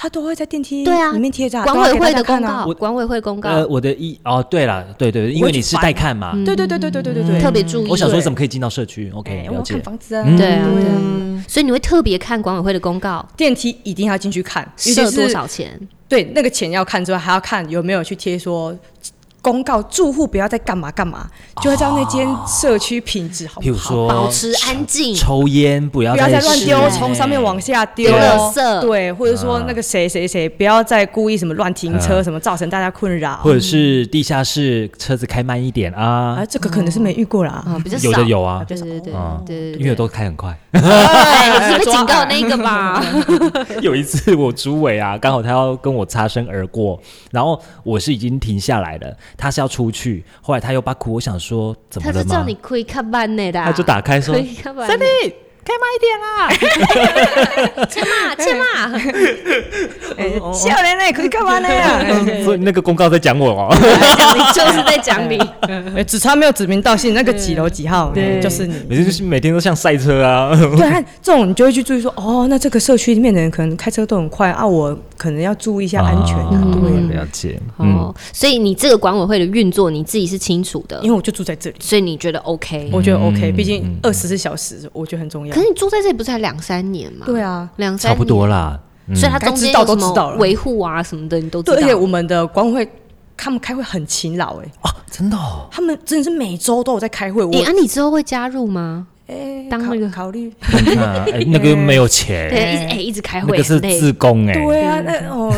[SPEAKER 3] 他都会在电梯
[SPEAKER 2] 对啊
[SPEAKER 3] 里面贴着啊
[SPEAKER 2] 管
[SPEAKER 3] 都要
[SPEAKER 2] 委
[SPEAKER 3] 给大
[SPEAKER 2] 会
[SPEAKER 3] 家
[SPEAKER 2] 的公
[SPEAKER 3] 看啊
[SPEAKER 2] 告，管委会公告
[SPEAKER 1] 呃，，我的一哦，对了，对对，对因为你是带看嘛，
[SPEAKER 3] 对对对对对对对对，
[SPEAKER 2] 特别注意。
[SPEAKER 1] 我想说怎么可以进到社区
[SPEAKER 3] 哎
[SPEAKER 1] ？OK，
[SPEAKER 3] 我
[SPEAKER 1] 了
[SPEAKER 3] 要
[SPEAKER 1] 解
[SPEAKER 3] 看。房子啊，
[SPEAKER 1] 嗯
[SPEAKER 2] 嗯对啊，对啊，所以你会特别看管委会的公告
[SPEAKER 3] 电梯一定要进去看，尤其
[SPEAKER 2] 设多
[SPEAKER 3] 是
[SPEAKER 2] 少钱，
[SPEAKER 3] 对那个钱要看之外，还要看有没有去贴说。公告住户不要再干嘛干嘛，就会知道那间社区品质好
[SPEAKER 1] 譬
[SPEAKER 3] 不
[SPEAKER 1] 如
[SPEAKER 3] 好。
[SPEAKER 1] 说，
[SPEAKER 2] 保持安静。
[SPEAKER 1] 抽烟不要
[SPEAKER 3] 不要再乱丢，
[SPEAKER 1] 室内
[SPEAKER 3] 从上面往下丢，
[SPEAKER 2] 丢垃圾
[SPEAKER 3] 对，或者说那个谁谁谁不要再故意什么乱停车，什么造成大家困扰，
[SPEAKER 1] 或者是地下室车子开慢一点啊
[SPEAKER 3] 啊，，这个可能是没遇过啦。
[SPEAKER 2] 啊，比较少
[SPEAKER 1] 有的有啊，
[SPEAKER 2] 对对对
[SPEAKER 1] 嗯
[SPEAKER 2] 对对
[SPEAKER 1] 因为
[SPEAKER 2] 对
[SPEAKER 1] 我都开很快。
[SPEAKER 2] 对，你是被警告那个吧？
[SPEAKER 1] 有一次我朱伟啊，刚好他要跟我擦身而过，然后我是已经停下来了，他是要出去，后来他又把苦，我想说怎么
[SPEAKER 2] 他
[SPEAKER 1] 了
[SPEAKER 2] 是
[SPEAKER 1] 吗
[SPEAKER 2] 叫？你可以看慢的啦，
[SPEAKER 1] 他就打开说
[SPEAKER 2] 可以看慢，
[SPEAKER 3] 啊
[SPEAKER 2] 真的啊开慢一点啦， 切嘛切嘛，
[SPEAKER 3] 哎
[SPEAKER 2] 哦
[SPEAKER 3] 笑脸呢？可是干嘛呢？
[SPEAKER 1] 嗯所以那个公告在讲我哦。
[SPEAKER 2] 你就是在讲你，
[SPEAKER 3] 哎只差没有指名道姓，那个几楼几号哎就是你。
[SPEAKER 1] 每天就是每天都像赛车啊，
[SPEAKER 3] 对，看这种你就会去注意说，哦，那这个社区里面的人可能开车都很快啊，我可能要注意一下安全啊，
[SPEAKER 1] 啊
[SPEAKER 3] 对啊，
[SPEAKER 1] 了解。嗯，
[SPEAKER 2] 哦，所以你这个管委会的运作你自己是清楚的
[SPEAKER 3] 因，为我就住在这里，
[SPEAKER 2] 所以你觉得
[SPEAKER 1] 嗯
[SPEAKER 2] OK？
[SPEAKER 3] 我觉得 OK，毕竟二十四小时我觉得很重要
[SPEAKER 2] 可。是你住在这里不是才两三年吗？
[SPEAKER 3] 对啊，
[SPEAKER 2] 两
[SPEAKER 1] 差
[SPEAKER 2] 三年
[SPEAKER 1] 不多啦。嗯
[SPEAKER 2] 所以他中间
[SPEAKER 3] 该知道
[SPEAKER 2] 有
[SPEAKER 3] 都
[SPEAKER 2] 什
[SPEAKER 3] 知道
[SPEAKER 2] 么
[SPEAKER 3] 了
[SPEAKER 2] 维护啊什么的，你都知
[SPEAKER 3] 对，
[SPEAKER 2] 道。
[SPEAKER 3] 而且我们的管委会他们开会很勤劳，哎，
[SPEAKER 1] 啊，真的 哦，
[SPEAKER 3] 他们真的是每周都有在开会。我
[SPEAKER 2] 你啊，你之后会加入吗？
[SPEAKER 3] 哎
[SPEAKER 2] 当
[SPEAKER 3] 考
[SPEAKER 2] 那个
[SPEAKER 3] 考虑，
[SPEAKER 1] 那哎那个又没有钱，
[SPEAKER 2] 对，一直哎一直开
[SPEAKER 1] 那
[SPEAKER 2] 会
[SPEAKER 1] 个是
[SPEAKER 2] 很累，
[SPEAKER 1] 自工哎，
[SPEAKER 3] 对啊，那哦，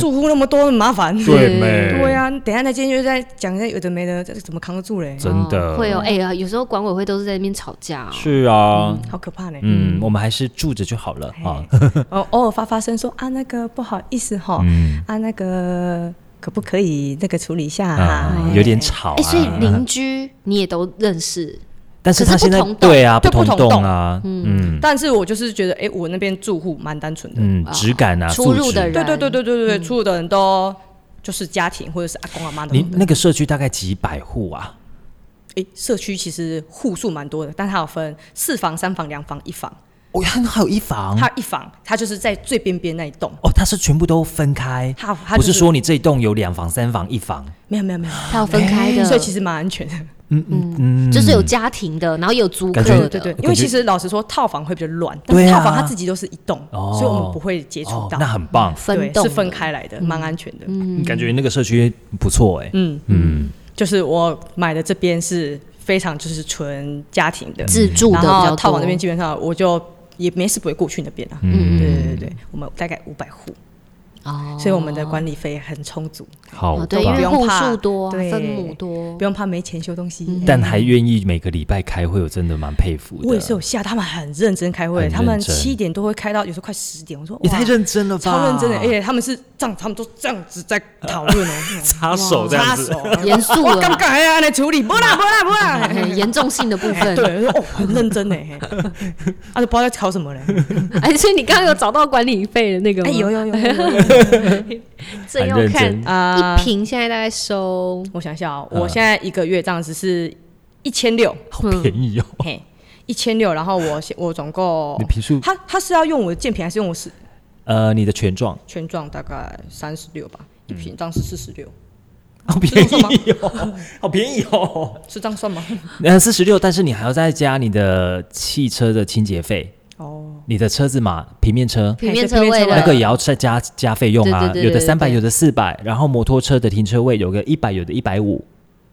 [SPEAKER 3] 住户那么多，很麻烦。
[SPEAKER 1] 对没？
[SPEAKER 3] 对，啊，等一下那今天就在讲一下有的没的，这怎么扛得住嘞？
[SPEAKER 1] 真的
[SPEAKER 2] 哦会有哎呀，有时候管委会都是在那边吵架哦。
[SPEAKER 1] 是啊，
[SPEAKER 3] 好可怕嘞！
[SPEAKER 1] 嗯，我们还是住着就好了
[SPEAKER 2] 哎
[SPEAKER 1] 啊。
[SPEAKER 3] 哦，偶尔发发声说啊，那个不好意思哈，
[SPEAKER 1] 嗯
[SPEAKER 3] 啊，那个可不可以那个处理一下啊？
[SPEAKER 1] 啊，
[SPEAKER 3] 哎
[SPEAKER 1] 有点吵
[SPEAKER 2] 哎，所以
[SPEAKER 1] 啊。
[SPEAKER 2] 邻居你也都认识，
[SPEAKER 1] 但是
[SPEAKER 2] 可是
[SPEAKER 1] 他
[SPEAKER 2] 不
[SPEAKER 1] 现在
[SPEAKER 2] 同栋
[SPEAKER 1] 对啊，不
[SPEAKER 3] 就不
[SPEAKER 1] 同
[SPEAKER 3] 同
[SPEAKER 1] 栋啊，嗯
[SPEAKER 3] 但是我就是觉得，哎，我那边住户蛮单纯的，
[SPEAKER 1] 嗯，质感啊，
[SPEAKER 2] 出入
[SPEAKER 1] 素质
[SPEAKER 2] 的人，
[SPEAKER 3] 对对对对对对，住的人都就是家庭或者是阿公阿妈的
[SPEAKER 1] 你。那个社区大概几百户啊？
[SPEAKER 3] 哎，社区其实户数蛮多的，但它有分四房、三房、两房、一房，
[SPEAKER 1] 哦，它还有一房
[SPEAKER 3] 它有一房它就是在最边边那一栋，
[SPEAKER 1] 哦，它是全部都分开，
[SPEAKER 3] 它它
[SPEAKER 1] 不
[SPEAKER 3] 就是
[SPEAKER 1] 说你这一栋有两房、三房、一房，
[SPEAKER 3] 没有没有没有，
[SPEAKER 2] 他有分开的，
[SPEAKER 3] 哎所以其实蛮安全的。
[SPEAKER 1] 嗯，
[SPEAKER 2] 就是有家庭的，然后有租客
[SPEAKER 1] 感觉
[SPEAKER 2] 的，
[SPEAKER 3] 对对，
[SPEAKER 1] 感
[SPEAKER 3] 因为
[SPEAKER 1] 觉
[SPEAKER 3] 其实老实说，套房会比较乱，但是
[SPEAKER 1] 对啊
[SPEAKER 3] 套房它自己都是一栋，所以我们不会接触
[SPEAKER 1] 哦
[SPEAKER 3] 到，
[SPEAKER 1] 那很棒，
[SPEAKER 2] 分
[SPEAKER 3] 对，
[SPEAKER 2] 栋
[SPEAKER 3] 是分
[SPEAKER 2] 的。
[SPEAKER 3] 开来的，蛮安全的。
[SPEAKER 1] 感觉那个社区不错哎，
[SPEAKER 3] 嗯，
[SPEAKER 1] 嗯，
[SPEAKER 3] 就是我买的这边是非常就是纯家庭的，
[SPEAKER 2] 自住的
[SPEAKER 3] 然
[SPEAKER 2] 比较
[SPEAKER 3] 后
[SPEAKER 2] 多，
[SPEAKER 3] 套房那边基本上我就也没事不会过去那边啊。
[SPEAKER 1] 嗯
[SPEAKER 3] 对对对对，我们大概五百户，
[SPEAKER 2] 哦，
[SPEAKER 3] 所以我们的管理费很充足，
[SPEAKER 1] 好
[SPEAKER 2] 哦对，因
[SPEAKER 1] 棒
[SPEAKER 2] 为
[SPEAKER 3] 不用
[SPEAKER 2] 户
[SPEAKER 3] 怕
[SPEAKER 2] 数多啊，
[SPEAKER 3] 对
[SPEAKER 2] 分母多
[SPEAKER 3] 不，用怕没钱修东西。
[SPEAKER 1] 但还愿意每个礼拜开会，我真的蛮佩服的。
[SPEAKER 3] 我也是有吓他们很认真开会，
[SPEAKER 1] 很认真
[SPEAKER 3] 他们七点都会开到有时候快十点，我说
[SPEAKER 1] 也
[SPEAKER 3] 哇
[SPEAKER 1] 太认真了吧，
[SPEAKER 3] 超认真的，而哎且他们是这样，他们都这样子在讨论哦，
[SPEAKER 1] 插手这样
[SPEAKER 3] 插
[SPEAKER 1] 子，
[SPEAKER 3] 手，
[SPEAKER 2] 严 肃
[SPEAKER 3] 我刚
[SPEAKER 2] 了，
[SPEAKER 3] 刚要来处理，不啦不啦不啦。
[SPEAKER 2] 哎严重性的部分。
[SPEAKER 3] 对，我说哦，很认真呢，嘿 啊，就不知道在吵什么嘞。
[SPEAKER 2] 哎，所以你刚刚有找到管理费的那个吗？
[SPEAKER 3] 哎，有有有，
[SPEAKER 2] 这要
[SPEAKER 1] 很认
[SPEAKER 2] 看
[SPEAKER 1] 真
[SPEAKER 3] 啊
[SPEAKER 2] 一瓶现在大概收
[SPEAKER 3] 我想想哦，
[SPEAKER 1] 嗯
[SPEAKER 3] 我现在一个月这样子是一千六，
[SPEAKER 1] 好便宜哦。
[SPEAKER 3] 嘿，一千六，然后我我总共
[SPEAKER 1] 你，平数
[SPEAKER 3] 他他是要用我的建平还是用我是
[SPEAKER 1] 呃，你的权 状
[SPEAKER 3] 全幢大概三十六吧，一
[SPEAKER 1] 嗯
[SPEAKER 3] 瓶当时四十六，
[SPEAKER 1] 好便宜哦， 好便宜哦。
[SPEAKER 3] 是这样算吗？
[SPEAKER 1] 呃，四十六，但是你还要再加你的汽车的清洁费，
[SPEAKER 3] 哦，
[SPEAKER 1] 你的车子嘛，平面车，
[SPEAKER 2] 平面车位
[SPEAKER 3] 对
[SPEAKER 2] 的
[SPEAKER 1] 那个也要再加加费用啊，
[SPEAKER 2] 对对对
[SPEAKER 1] 有的
[SPEAKER 2] 对
[SPEAKER 1] 三百，
[SPEAKER 2] 对
[SPEAKER 1] 有的四百，然后摩托车的停车位有个一百，有的一百五，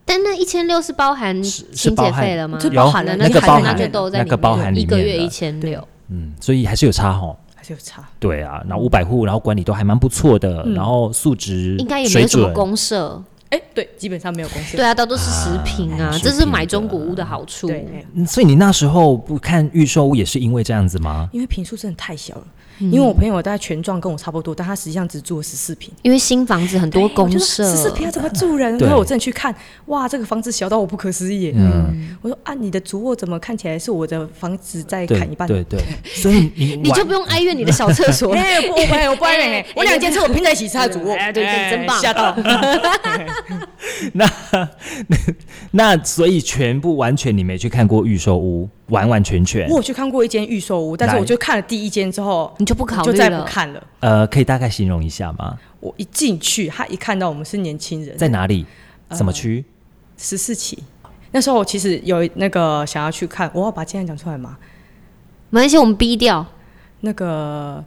[SPEAKER 2] 但那一千六是包含
[SPEAKER 1] 是是
[SPEAKER 2] 嗯清
[SPEAKER 1] 包
[SPEAKER 2] 洁
[SPEAKER 1] 含
[SPEAKER 2] 费了吗？
[SPEAKER 3] 这
[SPEAKER 1] 有
[SPEAKER 3] 包含了
[SPEAKER 1] 那
[SPEAKER 2] 那就
[SPEAKER 1] 个
[SPEAKER 3] 那
[SPEAKER 1] 包
[SPEAKER 3] 个
[SPEAKER 2] 那
[SPEAKER 1] 含
[SPEAKER 2] 就都在
[SPEAKER 1] 那
[SPEAKER 2] 里
[SPEAKER 1] 个
[SPEAKER 2] 面，
[SPEAKER 1] 包含里
[SPEAKER 2] 一个
[SPEAKER 1] 面
[SPEAKER 2] 月
[SPEAKER 1] 了
[SPEAKER 2] 一千六，
[SPEAKER 1] 嗯，所以还是有差吼。
[SPEAKER 3] 还是有差。
[SPEAKER 1] 对啊，
[SPEAKER 2] 嗯
[SPEAKER 1] 然后五百户，然后管理都还蛮不错的，然后素质
[SPEAKER 2] 应该也没
[SPEAKER 1] 水
[SPEAKER 2] 有什么
[SPEAKER 1] 准，
[SPEAKER 2] 公社。
[SPEAKER 3] 哎、对，基本上没有公司。
[SPEAKER 2] 对啊，都都是食品啊
[SPEAKER 1] 啊，
[SPEAKER 2] 这
[SPEAKER 1] 食
[SPEAKER 2] 是
[SPEAKER 1] 品
[SPEAKER 2] 买
[SPEAKER 1] 的
[SPEAKER 2] 中古屋的好处。
[SPEAKER 3] 对，哎
[SPEAKER 1] 嗯所以你那时候不看预售屋也是因为这样子吗？
[SPEAKER 3] 因为平数真的太小了。因为我朋友大概全幢跟我差不多，但他实际上只住了十四平，
[SPEAKER 2] 因为新房子很多公社，
[SPEAKER 3] 十四平要怎么住 人？
[SPEAKER 1] 对
[SPEAKER 3] 然后我真的去看，哇，这个房子小到我不可思议。嗯，我说啊，你的主卧怎么看起来是我的房子在
[SPEAKER 1] 对
[SPEAKER 3] 砍一半？
[SPEAKER 1] 对 对，所以你
[SPEAKER 2] 你就不用哀怨你的小厕所了。
[SPEAKER 3] 哎、我不哎，我不爱人哎，我两间厕所拼在一起是他的主卧，
[SPEAKER 2] 哎对对
[SPEAKER 3] 哎
[SPEAKER 2] 真棒
[SPEAKER 3] 吓 到。
[SPEAKER 1] 那那所以全部完全你没去看过预售屋，完完全全
[SPEAKER 3] 我有去看过一间预售屋，但是
[SPEAKER 1] 来
[SPEAKER 3] 我就看了第一间之后，
[SPEAKER 2] 你就不考虑
[SPEAKER 3] 就再不
[SPEAKER 2] 了
[SPEAKER 3] 看了。
[SPEAKER 1] 呃，可以大概形容一下吗？
[SPEAKER 3] 我一进去，他一看到我们是年轻人，
[SPEAKER 1] 在哪里？
[SPEAKER 2] 呃
[SPEAKER 1] 什么区？
[SPEAKER 3] 十四期。那时候我其实有那个想要去看，我要把今天讲出来嘛。
[SPEAKER 2] 没关系，我们逼掉。
[SPEAKER 3] 那个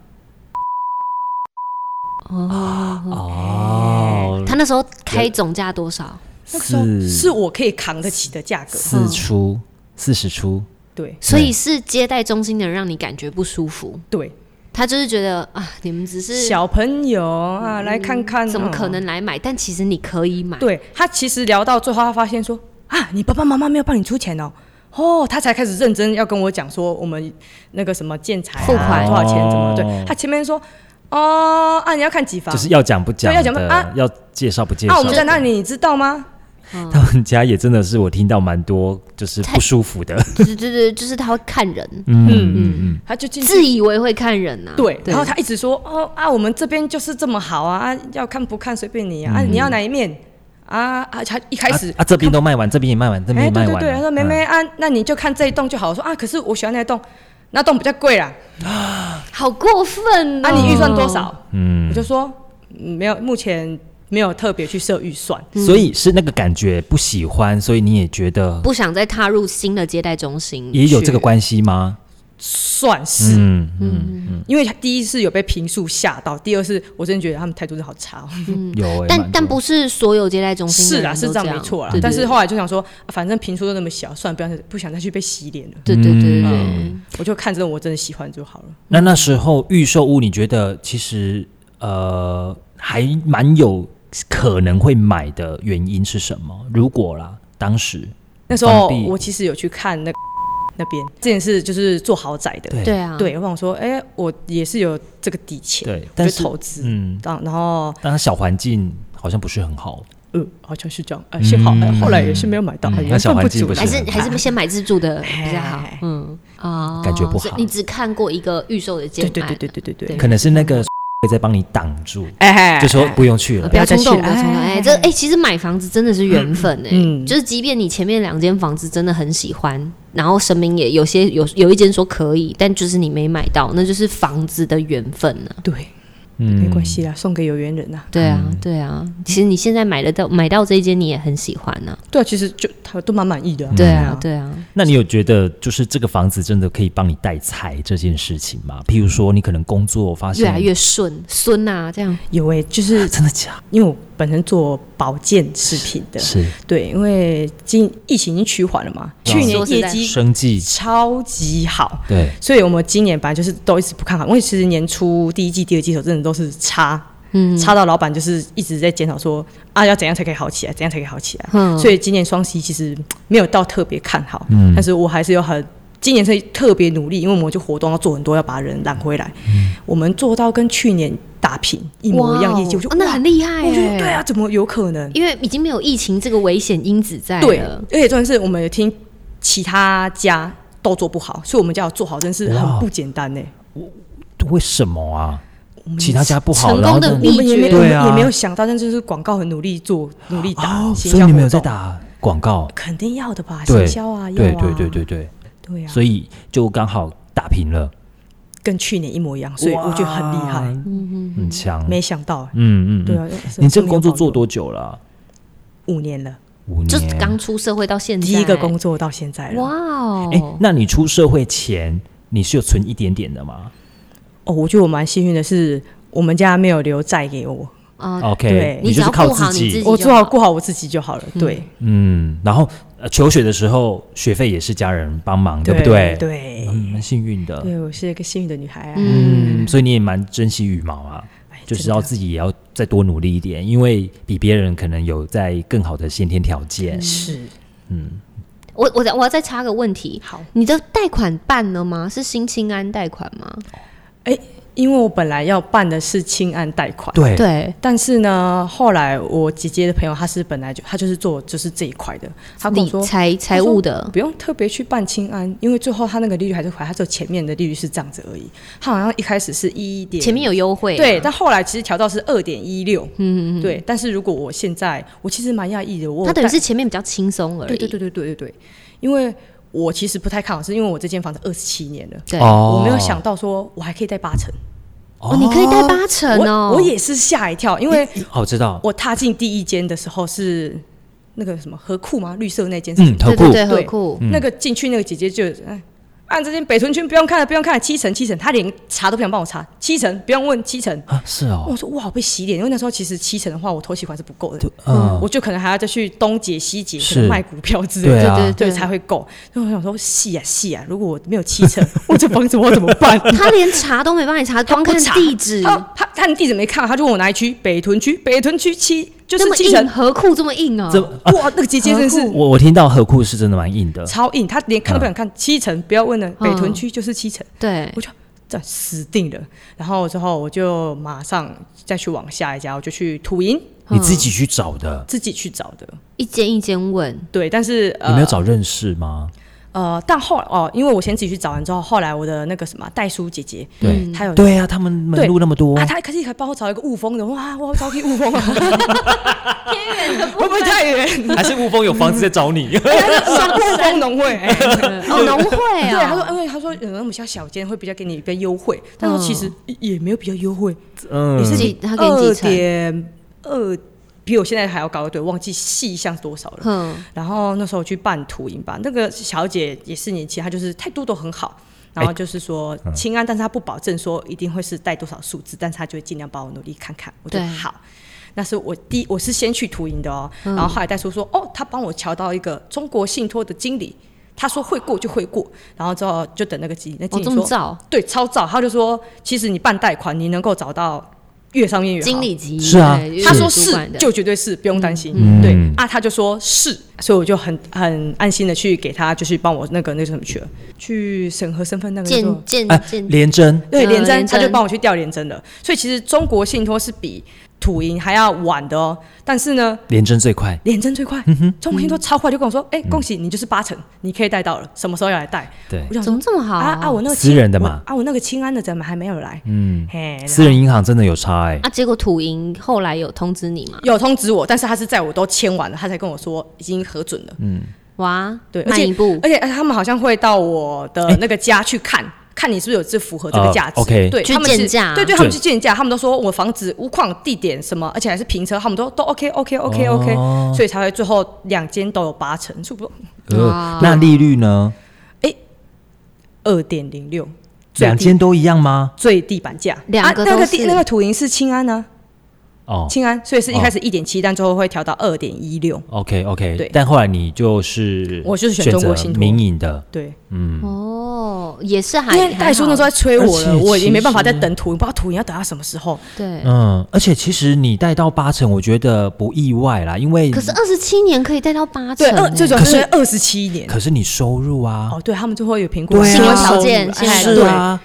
[SPEAKER 2] 哦，
[SPEAKER 1] 哦，
[SPEAKER 2] 他那时候开总价多少？
[SPEAKER 3] 那个时候
[SPEAKER 1] 四
[SPEAKER 3] 是我可以扛得起的价格，
[SPEAKER 1] 四出四十出，
[SPEAKER 3] 对
[SPEAKER 2] 所以是接待中心的人让你感觉不舒服，
[SPEAKER 3] 对。
[SPEAKER 2] 他就是觉得啊，你们只是
[SPEAKER 3] 小朋友啊，来看看，
[SPEAKER 2] 怎么
[SPEAKER 3] 嗯
[SPEAKER 2] 可？能来买？但其实你可以买。
[SPEAKER 3] 对他其实聊到最后，他发现说啊，你爸爸妈妈没有帮你出钱哦。哦，他才开始认真要跟我讲说，我们那个什么建材、啊、
[SPEAKER 2] 付款
[SPEAKER 3] 多少钱怎么
[SPEAKER 1] 哦
[SPEAKER 3] 对。他前面说哦啊，你要看几房，
[SPEAKER 1] 就是要讲不讲
[SPEAKER 3] 对要讲不
[SPEAKER 1] 的，
[SPEAKER 3] 啊
[SPEAKER 1] 要介绍不介
[SPEAKER 3] 啊，
[SPEAKER 1] 绍
[SPEAKER 3] 我们在
[SPEAKER 1] 的？
[SPEAKER 3] 那里，你知道吗？
[SPEAKER 1] 他们家也真的是我听到蛮多就是不舒服的，
[SPEAKER 2] 对对对，就是他会看人，
[SPEAKER 1] 嗯嗯嗯，
[SPEAKER 3] 他就进去
[SPEAKER 2] 自以为会看人啊呐。
[SPEAKER 3] 对，然后他一直说哦啊，我们这边就是这么好啊，啊要看不看随便你啊，
[SPEAKER 1] 嗯
[SPEAKER 3] 啊你要哪一面啊啊，他一开始
[SPEAKER 1] 啊啊这边都卖完，这边也卖完，这边
[SPEAKER 3] 哎
[SPEAKER 1] 也
[SPEAKER 3] 对
[SPEAKER 1] 卖
[SPEAKER 3] 对
[SPEAKER 1] 完
[SPEAKER 3] 对，
[SPEAKER 1] 了，嗯
[SPEAKER 3] 他说妹妹啊，那你就看这一栋就好。我说啊，可是我喜欢那一栋，那栋比较贵啦，
[SPEAKER 2] 好过分哦
[SPEAKER 3] 啊你预算多？少？
[SPEAKER 1] 嗯，
[SPEAKER 3] 我就说嗯没有，目前没有特别去设预算。
[SPEAKER 1] 嗯，所以是那个感觉不喜欢，所以你也觉得
[SPEAKER 2] 不想再踏入新的接待中心，
[SPEAKER 1] 也有这个关系吗？
[SPEAKER 3] 算是，
[SPEAKER 1] 嗯嗯，
[SPEAKER 3] 因为第一是有被评数吓到，第二是我真的觉得他们态度真的好差、哦。
[SPEAKER 1] 有欸，
[SPEAKER 2] 但
[SPEAKER 1] 蛮
[SPEAKER 2] 但
[SPEAKER 1] 多
[SPEAKER 2] 不是所有接待中心的
[SPEAKER 3] 是啦，
[SPEAKER 2] 人
[SPEAKER 3] 是
[SPEAKER 2] 都
[SPEAKER 3] 这样没错啦啊
[SPEAKER 2] 对。对
[SPEAKER 3] 但是
[SPEAKER 2] 对
[SPEAKER 3] 后来就想说，啊反正评数都那么小，算了，不要不想再去被洗脸了。
[SPEAKER 2] 对对对对对
[SPEAKER 1] 嗯，
[SPEAKER 3] 我就看这种我真的喜欢就好了。
[SPEAKER 1] 那那时候预售屋，你觉得其实呃还蛮有可能会买的原因是什么？如果啦，当时
[SPEAKER 3] 那时
[SPEAKER 1] 房
[SPEAKER 3] 候
[SPEAKER 1] 地
[SPEAKER 3] 我其实有去看那个 那边这件事，就是做豪宅的。
[SPEAKER 1] 对
[SPEAKER 2] 对啊，
[SPEAKER 3] 哎对，我想说，哎、我也是有这个底钱，
[SPEAKER 1] 对，
[SPEAKER 3] 我
[SPEAKER 1] 但
[SPEAKER 3] 就是投资。
[SPEAKER 1] 嗯，
[SPEAKER 3] 然然后，
[SPEAKER 1] 当时小环境好像不是很好，
[SPEAKER 3] 呃，好像是这样，啊，幸好，哎、后来也是没有买到，
[SPEAKER 1] 嗯
[SPEAKER 3] 哎
[SPEAKER 1] 那
[SPEAKER 3] 缘
[SPEAKER 1] 小
[SPEAKER 3] 分
[SPEAKER 1] 环
[SPEAKER 3] 不
[SPEAKER 1] 境
[SPEAKER 3] 足
[SPEAKER 1] 不
[SPEAKER 3] 啦
[SPEAKER 2] 还
[SPEAKER 1] 是
[SPEAKER 2] 是
[SPEAKER 1] 很
[SPEAKER 2] 还是先买自住的
[SPEAKER 3] 哎
[SPEAKER 2] 比较好。嗯哦，
[SPEAKER 1] 感觉不
[SPEAKER 2] 所以
[SPEAKER 1] 好
[SPEAKER 2] 你只看过一个预售的建
[SPEAKER 3] 对
[SPEAKER 2] 案，
[SPEAKER 3] 对对对对对对，
[SPEAKER 1] 可能是那个会在帮你挡住，
[SPEAKER 3] 嗯哎
[SPEAKER 1] 就说不用去
[SPEAKER 2] 呃
[SPEAKER 1] 了
[SPEAKER 2] 不。要
[SPEAKER 3] 不要再
[SPEAKER 2] 冲动，
[SPEAKER 3] 去
[SPEAKER 2] 不要冲动。
[SPEAKER 3] 哎
[SPEAKER 2] 哎，这哎，其实买房子真的是缘分哎
[SPEAKER 3] 嗯，嗯
[SPEAKER 2] 就是即便你前面两间房子真的很喜欢，然后神明也有些有有一间说可以，但就是你没买到，那就是房子的缘分啊呢。
[SPEAKER 3] 对，
[SPEAKER 1] 嗯
[SPEAKER 3] 没关系啦，送给有缘人呐、
[SPEAKER 2] 对啊，对啊，其实你现在买得到买到这一间，你也很喜欢呢。
[SPEAKER 3] 对啊，其实就他都蛮满意的、嗯
[SPEAKER 2] 对啊，对啊，
[SPEAKER 1] 那你有觉得就是这个房子真的可以帮你带财这件事情吗？譬如说你可能工作发现啊
[SPEAKER 2] 越来越顺孙啊，这样
[SPEAKER 3] 有哎、就是
[SPEAKER 1] 真的假
[SPEAKER 3] 因为我本身做保健食品的
[SPEAKER 1] 的，是
[SPEAKER 3] 对，因为今疫情已经趋缓了嘛，
[SPEAKER 1] 嗯
[SPEAKER 3] 去年
[SPEAKER 2] 说实
[SPEAKER 3] 业
[SPEAKER 2] 在
[SPEAKER 3] 绩
[SPEAKER 1] 生计
[SPEAKER 3] 超级好，
[SPEAKER 1] 对
[SPEAKER 3] 所以我们今年本来就是都一直不看好，因为其实年初第一季、第二季的时候真的都是差，
[SPEAKER 2] 嗯
[SPEAKER 3] 差到老板就是一直在检讨说啊，要怎样才可以好起来，怎样才可以好起来。
[SPEAKER 2] 嗯
[SPEAKER 3] 所以今年双十一其实嗯没有到特别看好，
[SPEAKER 1] 嗯
[SPEAKER 3] 但是我还是有很。今年是特别努力，因为我们就活动要做很多，要把人揽回来。
[SPEAKER 2] 嗯
[SPEAKER 3] 我们做到跟去年打平一模一样业绩，我就、
[SPEAKER 2] 哇哦那很厉害、
[SPEAKER 3] 我就说对啊，，怎么有可能？
[SPEAKER 2] 因为已经没有疫情这个危险因子在
[SPEAKER 3] 对，
[SPEAKER 2] 了
[SPEAKER 3] 而。且重点是我们有听其他家都做不好，所以我们家要做好，真是
[SPEAKER 1] 哇
[SPEAKER 3] 很不简单呢、为
[SPEAKER 1] 为什么啊？其他家不好，
[SPEAKER 2] 成
[SPEAKER 1] 然后
[SPEAKER 2] 功的
[SPEAKER 1] 呢
[SPEAKER 2] 秘
[SPEAKER 3] 我们也没、
[SPEAKER 2] 诀
[SPEAKER 3] 我们
[SPEAKER 1] 对啊
[SPEAKER 3] 也没有想到，但就是广告很努力做，努力打，
[SPEAKER 1] 哦，
[SPEAKER 3] 行
[SPEAKER 1] 所以
[SPEAKER 3] 销
[SPEAKER 1] 你们有
[SPEAKER 3] 活
[SPEAKER 1] 在
[SPEAKER 3] 动，
[SPEAKER 1] 打广告，
[SPEAKER 3] 肯定要的吧？
[SPEAKER 1] 对
[SPEAKER 3] 行销啊，要
[SPEAKER 1] 对
[SPEAKER 3] 啊，
[SPEAKER 1] 对对对对，
[SPEAKER 3] 对啊，
[SPEAKER 1] 所以就刚好打平了，
[SPEAKER 3] 跟去年一模一样，所以我觉得很厉害，
[SPEAKER 1] 嗯很强，
[SPEAKER 3] 没想到、欸，
[SPEAKER 1] 嗯嗯，嗯
[SPEAKER 3] 对啊，
[SPEAKER 1] 你这个工作做多久了啊？
[SPEAKER 3] 五年了，
[SPEAKER 1] 五年，
[SPEAKER 2] 就是刚出社会到现在，
[SPEAKER 3] 第一个工作到现在了，
[SPEAKER 2] 哇哦！
[SPEAKER 1] 哎，那你出社会前，你是有存一点点的吗
[SPEAKER 3] 哦，我觉得我蛮幸运的是，我们家没有留债给我，
[SPEAKER 2] 哦、
[SPEAKER 1] ？OK，
[SPEAKER 3] 对
[SPEAKER 1] 你
[SPEAKER 2] 你只
[SPEAKER 1] 就是
[SPEAKER 2] 要
[SPEAKER 1] 靠
[SPEAKER 2] 顾好你自己
[SPEAKER 3] 我
[SPEAKER 2] 就
[SPEAKER 3] 做好
[SPEAKER 2] 好
[SPEAKER 3] 顾好我自己就好了。对，
[SPEAKER 1] 嗯，然后、呃求学的时候学费也是家人帮忙，对不对？
[SPEAKER 3] 对？对
[SPEAKER 1] 嗯，蛮幸运的。
[SPEAKER 3] 对我是一个幸运的女孩啊。哎
[SPEAKER 1] 嗯，所以你也蛮珍惜羽毛啊，就知道自己也要再多努力一点，因为比别人可能有在更好的先天条件。
[SPEAKER 3] 是
[SPEAKER 2] 我我再我要再插个问题，
[SPEAKER 3] 好，
[SPEAKER 2] 你的贷款办了吗？是新青安贷款吗？
[SPEAKER 3] 因为我本来要办的是清安贷款，
[SPEAKER 1] 对，
[SPEAKER 2] 对，
[SPEAKER 3] 但是呢，后来我姐姐的朋友，她是本来就她就是做就是这一块的，她跟我
[SPEAKER 2] 理
[SPEAKER 3] 说
[SPEAKER 2] 财财务的，
[SPEAKER 3] 不用特别去办清安，因为最后她那个利率还是回来，她只有前面的利率是这样子而已。她好像一开始是一点，
[SPEAKER 2] 前面有优惠，啊
[SPEAKER 3] 对，，但后来其实调到是二点一六，
[SPEAKER 2] 嗯，嗯嗯
[SPEAKER 3] 对。但是如果我现在，我其实蛮讶异的，我有
[SPEAKER 2] 它等于
[SPEAKER 3] 带
[SPEAKER 2] 是前面比较轻松而已，
[SPEAKER 3] 对对对对对对对，因为我其实不太看好，是因为我这间房子二十七年了，
[SPEAKER 2] 对
[SPEAKER 1] 哦
[SPEAKER 3] 我没有想到说我还可以贷八成，
[SPEAKER 2] 哦，你可以贷八成哦，
[SPEAKER 3] 我我也是吓一跳，因为
[SPEAKER 1] 哦，我知道，
[SPEAKER 3] 我踏进第一间的时候是那个什么河库吗？绿色那间是
[SPEAKER 1] 嗯，
[SPEAKER 3] 什么？
[SPEAKER 1] 投
[SPEAKER 2] 对
[SPEAKER 1] 顾
[SPEAKER 2] 对，对，何
[SPEAKER 3] 对
[SPEAKER 2] 库，
[SPEAKER 3] 那个进去那个姐姐就哎。按这间北屯区不用看了，不用看了，七成七成，她连查都不想帮我查，七成不用问七成。
[SPEAKER 1] 啊，是哦
[SPEAKER 3] 我，说哇，被洗脸，因为那时候其实七成的话，我投洗款是不够的，
[SPEAKER 1] 嗯，
[SPEAKER 3] 我就可能还要再去东结西结，
[SPEAKER 1] 是
[SPEAKER 3] 可能卖股票之类
[SPEAKER 1] 对
[SPEAKER 3] 的，
[SPEAKER 1] 啊
[SPEAKER 2] 对
[SPEAKER 3] 对才会够。所以我想说，细啊细啊，如果我没有七成， 我这房子我要怎么办？
[SPEAKER 2] 他连查都没帮你查，光看
[SPEAKER 3] 不查
[SPEAKER 2] 地址，
[SPEAKER 3] 他他他地址没看，啊他就问我哪一区，北屯区，北屯区七就是
[SPEAKER 2] 这么
[SPEAKER 3] 七
[SPEAKER 2] 硬，
[SPEAKER 3] 成。
[SPEAKER 2] 何库这么硬哦，
[SPEAKER 1] 这
[SPEAKER 3] 哇，那个姐姐真的是
[SPEAKER 1] 我我听到何库是真的蛮硬的，
[SPEAKER 3] 超硬，他连看都不想
[SPEAKER 1] 啊
[SPEAKER 3] 看，七成不要问了，北屯
[SPEAKER 2] 嗯
[SPEAKER 3] 区就是七成，
[SPEAKER 2] 对
[SPEAKER 3] 我就这死定了。然后之后我就马上再去往下一家，我就去土银
[SPEAKER 1] 你自己去找的，
[SPEAKER 3] 自己去找的，
[SPEAKER 2] 一间一间 问，
[SPEAKER 3] 对，但是
[SPEAKER 1] 你没有
[SPEAKER 3] 呃
[SPEAKER 1] 找认识吗？
[SPEAKER 3] 呃，但后来哦，因为我先自己去找完之后，后来我的那个什么代书姐姐，
[SPEAKER 1] 对
[SPEAKER 3] 她有
[SPEAKER 1] 对啊，他们门路那么多
[SPEAKER 3] 嗯啊，，他可是还帮我找一个雾峰的，哇，我要招聘雾峰啊， 会不会太 远？
[SPEAKER 1] 还是雾峰有房子在找你？
[SPEAKER 3] 嗯雾峰农会，哎
[SPEAKER 2] 哦，农会
[SPEAKER 3] 对，
[SPEAKER 2] 啊，
[SPEAKER 3] 他说，因为他说嗯有那么小小间会比较给你比较优惠，但是其实也没有比较优惠，
[SPEAKER 1] 嗯
[SPEAKER 3] 也是
[SPEAKER 2] 几嗯他给你几成
[SPEAKER 3] 二点二，比我现在还要高，对，忘记细项是多少了。
[SPEAKER 2] 哼，
[SPEAKER 3] 然后那时候去办图营吧，那个小姐也是年轻，她就是态度都很好。
[SPEAKER 2] 哎
[SPEAKER 3] 然后就是说清安，但是她不保证说一定会是带多少数字，但是她就会尽量帮我努力看看。我就
[SPEAKER 2] 对
[SPEAKER 3] 好，那是我第我是先去图营的哦，
[SPEAKER 2] 嗯
[SPEAKER 3] 然后后来戴叔说哦，他帮我瞧到一个中国信托的经理，他说会过就会过，然后之后就等那个经理，那
[SPEAKER 2] 哦
[SPEAKER 3] 经理
[SPEAKER 2] 这
[SPEAKER 3] 说、
[SPEAKER 2] 么早，
[SPEAKER 3] 对，超早，他就说，其实你办贷款，你能够找到越上面越好。
[SPEAKER 2] 经，理级
[SPEAKER 1] 是啊
[SPEAKER 2] 对
[SPEAKER 3] 他
[SPEAKER 2] 就是
[SPEAKER 3] 说
[SPEAKER 2] 主管
[SPEAKER 3] 是，
[SPEAKER 2] 的
[SPEAKER 3] 就绝对是，不用担心。
[SPEAKER 1] 嗯
[SPEAKER 3] 对
[SPEAKER 1] 嗯
[SPEAKER 3] 啊，他就说是，所以我就很很安心的去给他，就是帮我那个那个什么去了，去审核身份那个叫做
[SPEAKER 2] 见见
[SPEAKER 1] 哎，
[SPEAKER 2] 见，
[SPEAKER 1] 连真
[SPEAKER 3] 对连
[SPEAKER 2] 嗯联
[SPEAKER 3] 征，他就
[SPEAKER 2] 征
[SPEAKER 3] 帮我去调连征的。所以其实中国信托是比土银还要晚的哦，但是呢，
[SPEAKER 1] 连真最快，
[SPEAKER 3] 连征最快，
[SPEAKER 1] 嗯
[SPEAKER 3] 中国信托超快，就跟我说，哎，恭喜你就是八成，你可以贷到了，什么时候要来贷？
[SPEAKER 1] 对
[SPEAKER 3] 我，想
[SPEAKER 2] 怎
[SPEAKER 3] 说
[SPEAKER 2] 么这么好
[SPEAKER 3] 啊啊，我那个
[SPEAKER 1] 私
[SPEAKER 3] 清
[SPEAKER 1] 人的嘛
[SPEAKER 3] 我啊，我那个清安的怎么还没有来？
[SPEAKER 1] 嗯，
[SPEAKER 3] 嘿，然后
[SPEAKER 1] 私人银行真的有差哎，
[SPEAKER 2] 啊，结果土银后来有通知你吗？
[SPEAKER 3] 有通知我，但是他是在我都签完了，他才跟我说已经核准了。
[SPEAKER 2] 哇，
[SPEAKER 3] 对，而
[SPEAKER 2] 慢
[SPEAKER 3] 且
[SPEAKER 2] 一步，
[SPEAKER 3] 而且哎他们好像会到我的那个家去看。看你是不是有这符合这个价值、
[SPEAKER 1] 呃，OK
[SPEAKER 3] 对
[SPEAKER 2] 去
[SPEAKER 3] 他们是
[SPEAKER 2] 鉴价
[SPEAKER 3] 对对，他们
[SPEAKER 1] 对
[SPEAKER 3] 去鉴价，他们都说我房子无况地点什么，而且还是平车，他们都都 OK OK OK OK，、
[SPEAKER 1] 哦
[SPEAKER 3] 所以才会最后两间都有八成，是不
[SPEAKER 1] 呃
[SPEAKER 3] 啊
[SPEAKER 2] 哇，
[SPEAKER 1] 那利率呢？
[SPEAKER 3] 二点零六，最
[SPEAKER 1] 两
[SPEAKER 3] 低
[SPEAKER 1] 间都一样吗？
[SPEAKER 3] 最地板价，
[SPEAKER 2] 两个
[SPEAKER 3] 啊、那
[SPEAKER 2] 都
[SPEAKER 3] 个
[SPEAKER 2] 是
[SPEAKER 3] 地那个土银是清安呢、
[SPEAKER 1] 哦
[SPEAKER 3] 清安，所以是一开始一点七，但最后会调到二点一六，
[SPEAKER 1] ，OK OK，
[SPEAKER 3] 对
[SPEAKER 1] 但后来你就是
[SPEAKER 3] 我就是选
[SPEAKER 1] 选
[SPEAKER 3] 中国
[SPEAKER 1] 择
[SPEAKER 3] 信托
[SPEAKER 1] 民营的，
[SPEAKER 3] 对，
[SPEAKER 1] 嗯
[SPEAKER 2] 哦，也是还
[SPEAKER 3] 因为戴叔那时候在催我
[SPEAKER 1] 而
[SPEAKER 3] 了，
[SPEAKER 1] 且
[SPEAKER 3] 我已经没
[SPEAKER 1] 其
[SPEAKER 3] 办法再
[SPEAKER 1] 实
[SPEAKER 3] 等图，不知道图你要等到什么时候。
[SPEAKER 2] 对，
[SPEAKER 1] 嗯，而且其实你贷到八成，我觉得不意外啦，因为
[SPEAKER 2] 可是二十七年可以贷到八成
[SPEAKER 3] 对，
[SPEAKER 2] 欸，
[SPEAKER 3] 二最主要
[SPEAKER 1] 可是
[SPEAKER 3] 是二十七年。
[SPEAKER 1] 可是你收入啊，
[SPEAKER 3] 哦，对他们最后有评估
[SPEAKER 1] 对啊
[SPEAKER 3] 信用
[SPEAKER 1] 信用
[SPEAKER 3] 收入
[SPEAKER 2] 条件
[SPEAKER 3] 哎
[SPEAKER 2] 信用
[SPEAKER 1] 是啊，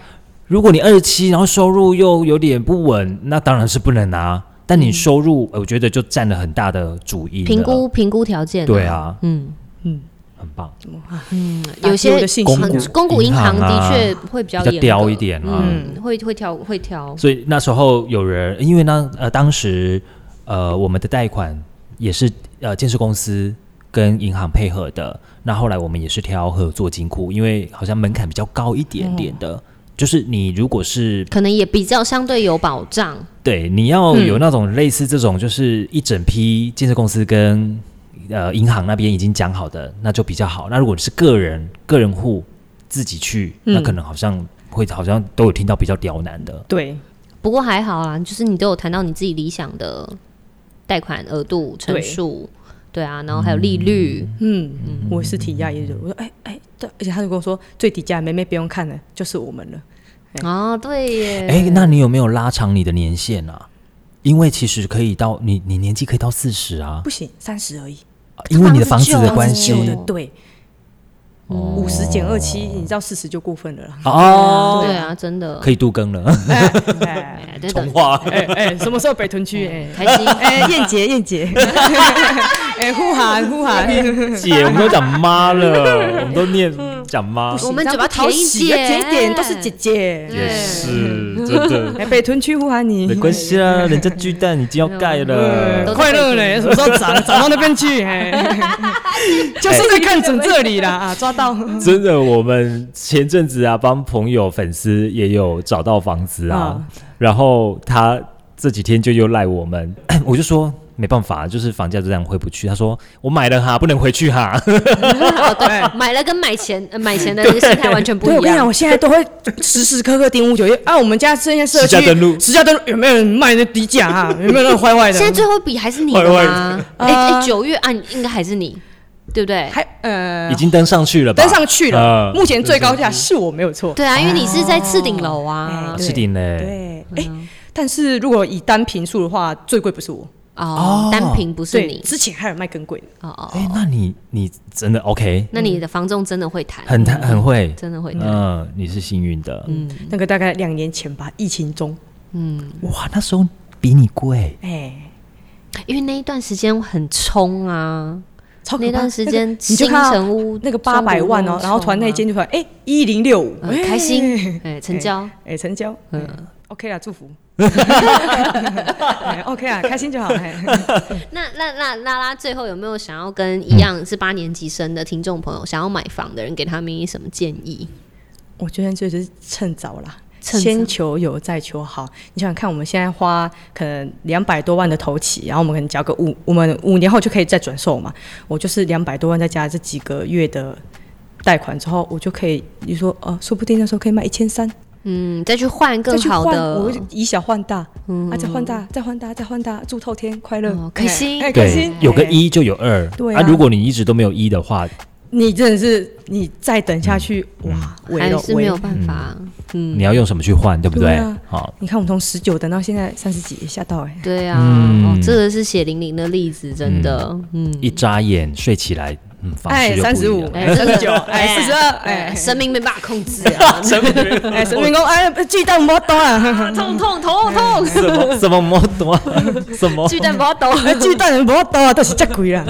[SPEAKER 1] 如果你二十七，然后收入又有点不稳，那当然是不能拿。但你收入，呃我觉得就占了很大的主因了。
[SPEAKER 2] 评估评估条件，
[SPEAKER 1] 嗯啊对，啊，
[SPEAKER 2] 嗯，
[SPEAKER 1] 很棒，
[SPEAKER 3] 打击
[SPEAKER 2] 有
[SPEAKER 3] 我
[SPEAKER 2] 些
[SPEAKER 3] 的信
[SPEAKER 1] 公
[SPEAKER 3] 心
[SPEAKER 1] 股
[SPEAKER 3] 啊
[SPEAKER 2] 很公股银行
[SPEAKER 1] 银行啊
[SPEAKER 2] 的确会比较
[SPEAKER 1] 比较
[SPEAKER 2] 严
[SPEAKER 1] 刁
[SPEAKER 2] 格
[SPEAKER 1] 一点啊
[SPEAKER 2] 嗯，会会挑会挑，
[SPEAKER 1] 所以那时候有人，因为呢，呃，当时呃，我们的贷款也是呃，建设公司跟银行配合的。那后来我们也是挑合作金库，因为好像门槛比较高一点点的，就是你如果是
[SPEAKER 2] 可能也比较相对有保障，
[SPEAKER 1] 对，你要有那种类似这种，就是一整批建设公司跟呃银行那边已经讲好的，那就比较好。那如果你是个人个人户，自己去，那可能好像会好像都有听到比较刁难的。
[SPEAKER 3] 对，
[SPEAKER 2] 不过还好啦，就是你都有谈到你自己理想的贷款额度、成
[SPEAKER 3] 对
[SPEAKER 2] 数，对啊，然后还有利率，
[SPEAKER 3] 嗯，我是提压抑的，我说哎哎，对，而且他就跟我说最底价，妹妹不用看了，就是我们了。
[SPEAKER 2] 哦，对耶，
[SPEAKER 1] 哎、那你有没有拉长你的年限啊？因为其实可以到你你年纪可以到四十啊，
[SPEAKER 3] 不行，三十而已，
[SPEAKER 1] 因为你的房
[SPEAKER 2] 房子
[SPEAKER 1] 子
[SPEAKER 2] 旧
[SPEAKER 1] 的
[SPEAKER 2] 啊
[SPEAKER 1] 关
[SPEAKER 2] 房子
[SPEAKER 1] 系
[SPEAKER 2] 旧
[SPEAKER 3] 旧的
[SPEAKER 2] 哦
[SPEAKER 3] 对，五十减二七，你知道四十就过分了啦。
[SPEAKER 1] 哦，
[SPEAKER 2] 对啊，真的
[SPEAKER 1] 可以度 更了，
[SPEAKER 3] 哎
[SPEAKER 2] 哎，真
[SPEAKER 1] 童
[SPEAKER 2] 的
[SPEAKER 1] 话。
[SPEAKER 3] 哎哎，什么时候北屯区？哎
[SPEAKER 2] 开 心。
[SPEAKER 3] 哎，燕姐燕 姐，哎呼喊呼喊，哎
[SPEAKER 1] 姐，我们都讲妈 了，我们都念
[SPEAKER 2] 嗯
[SPEAKER 1] 讲妈，
[SPEAKER 2] 我们嘴巴
[SPEAKER 3] 讨
[SPEAKER 2] 甜一
[SPEAKER 3] 喜，
[SPEAKER 2] 点
[SPEAKER 3] 甜一点都是姐姐。
[SPEAKER 1] 也是真的，
[SPEAKER 3] 哎，北屯区呼喊你，
[SPEAKER 1] 没关系啦，人家巨蛋已经要盖
[SPEAKER 3] 嗯
[SPEAKER 1] 了
[SPEAKER 2] 都。
[SPEAKER 3] 快乐嘞，什么时候长长到那边去？ 嘿就是在看准这里啦，啊，抓到。
[SPEAKER 1] 真的，我们前阵子啊，帮朋友粉丝也有找到房子啊，
[SPEAKER 3] 嗯
[SPEAKER 1] 然后他这几天就又赖我们， 我就说没办法，就是房价就这样回不去。他说我买了哈，不能回去哈。
[SPEAKER 2] 哦对，买了跟买前呃买前的那个心态完全不
[SPEAKER 3] 哎对，
[SPEAKER 2] 一
[SPEAKER 3] 我跟你讲，
[SPEAKER 2] 样。
[SPEAKER 3] 我现在都会时时刻刻盯五九一。啊，我们家这些社区，
[SPEAKER 1] 实价登录
[SPEAKER 3] 实价登录有没有人卖那低价 啊？有没有那种坏坏的？
[SPEAKER 2] 现在最后一笔还是你的
[SPEAKER 1] 坏坏
[SPEAKER 2] 吗
[SPEAKER 1] 的？
[SPEAKER 2] 哎哎，
[SPEAKER 3] 啊
[SPEAKER 2] 九月啊，应该还是你，对不对？
[SPEAKER 3] 还呃
[SPEAKER 1] 已经登上去了吧？
[SPEAKER 3] 登上去了，
[SPEAKER 1] 呃
[SPEAKER 3] 目前最高价是我没有错。
[SPEAKER 2] 对啊，因为你是在次顶楼啊
[SPEAKER 3] 哎。
[SPEAKER 1] 是的嘞。
[SPEAKER 3] 对，哎，但是如果以单平数的话，最贵不是我，
[SPEAKER 2] 哦
[SPEAKER 1] 哦，
[SPEAKER 2] 单品不是
[SPEAKER 3] 对，
[SPEAKER 2] 你
[SPEAKER 3] 之前还有卖更贵的。
[SPEAKER 2] 哦哦，
[SPEAKER 1] 哎，那你你真的 OK，
[SPEAKER 2] 那你的房仲真的会谈，
[SPEAKER 1] 很
[SPEAKER 3] 嗯
[SPEAKER 1] 弹很会，
[SPEAKER 2] 真的会谈，
[SPEAKER 1] 嗯，你是幸运的。
[SPEAKER 3] 那个大概两年前吧，疫情中，
[SPEAKER 2] 嗯，
[SPEAKER 1] 哇，那时候比你贵，
[SPEAKER 3] 哎，
[SPEAKER 2] 因为那一段时间我很冲啊，
[SPEAKER 3] 超可怕
[SPEAKER 2] 那段时间
[SPEAKER 3] 那个你就
[SPEAKER 2] 新
[SPEAKER 3] 看到
[SPEAKER 2] 城屋
[SPEAKER 3] 那个八百万哦，然后突然那一间就突然哎一零六五，
[SPEAKER 2] 很啊嗯开心，哎，成交，
[SPEAKER 3] 哎，成交，嗯
[SPEAKER 2] 嗯。
[SPEAKER 3] OK 啦，祝福。哎 OK 啦，开心就好。 哎
[SPEAKER 2] 那那那拉拉最后有没有想要跟一样是八年级生的听众朋友，想要买房的人，给他们一什么建议？
[SPEAKER 3] 我觉得就是趁早啦，
[SPEAKER 2] 趁早
[SPEAKER 3] 先求有再求好。你想想看，我们现在花可能两百多万的头期，然后我们可能交个五，我们五年后就可以再转售嘛。我就是两百多万再加这几个月的贷款之后，我就可以，你说哦、呃说不定那时候可以卖一千三，
[SPEAKER 2] 嗯，再去换
[SPEAKER 3] 再
[SPEAKER 2] 更
[SPEAKER 3] 去
[SPEAKER 2] 好
[SPEAKER 3] 换，我
[SPEAKER 2] 的嗯
[SPEAKER 3] 就，以小换大，啊，再换大，再换大，再换大，祝透天快乐、
[SPEAKER 2] 哦开心
[SPEAKER 3] 哎、哎开
[SPEAKER 1] 对
[SPEAKER 3] 心，，
[SPEAKER 1] 有个
[SPEAKER 3] 哎
[SPEAKER 1] 一就有二。
[SPEAKER 3] 对
[SPEAKER 1] 啊，
[SPEAKER 3] 啊
[SPEAKER 1] 如果你一直都没有一的话，
[SPEAKER 3] 你真的是你再等下去，哇，围
[SPEAKER 2] 嗯还
[SPEAKER 3] 了
[SPEAKER 2] 是没
[SPEAKER 3] 围
[SPEAKER 2] 有办法，嗯，
[SPEAKER 1] 你要用什么去换，对不
[SPEAKER 3] 对
[SPEAKER 1] 对
[SPEAKER 3] 啊？
[SPEAKER 1] 好，
[SPEAKER 3] 你看，我们从十九等到现在三十几，也吓到哎、
[SPEAKER 2] 对啊，
[SPEAKER 1] 嗯
[SPEAKER 2] 哦，这个是血淋淋的例子，真的，嗯，
[SPEAKER 1] 一眨眼睡起来，嗯，房
[SPEAKER 3] 哎
[SPEAKER 1] 子就不一
[SPEAKER 3] 35
[SPEAKER 1] 样了。
[SPEAKER 2] 哎真的
[SPEAKER 3] 39哎42哎
[SPEAKER 2] 生命没办法 控制啊，
[SPEAKER 3] 哎，神明公哎，鸡蛋不要多 啊，
[SPEAKER 2] 痛痛头痛，
[SPEAKER 3] 哦
[SPEAKER 1] 什么什么摩 托，什么
[SPEAKER 2] 巨蛋不要 抖。
[SPEAKER 3] 哎鸡蛋不要多啊，都是这贵啦。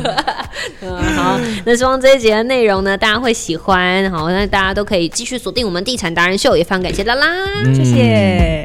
[SPEAKER 2] 嗯好，那希望这一节的内容呢，大家会喜嗯
[SPEAKER 1] 嗯
[SPEAKER 2] 欢。好，那大家都可以继续锁定我们地产达人秀，也非常感谢啦啦。
[SPEAKER 3] 谢谢。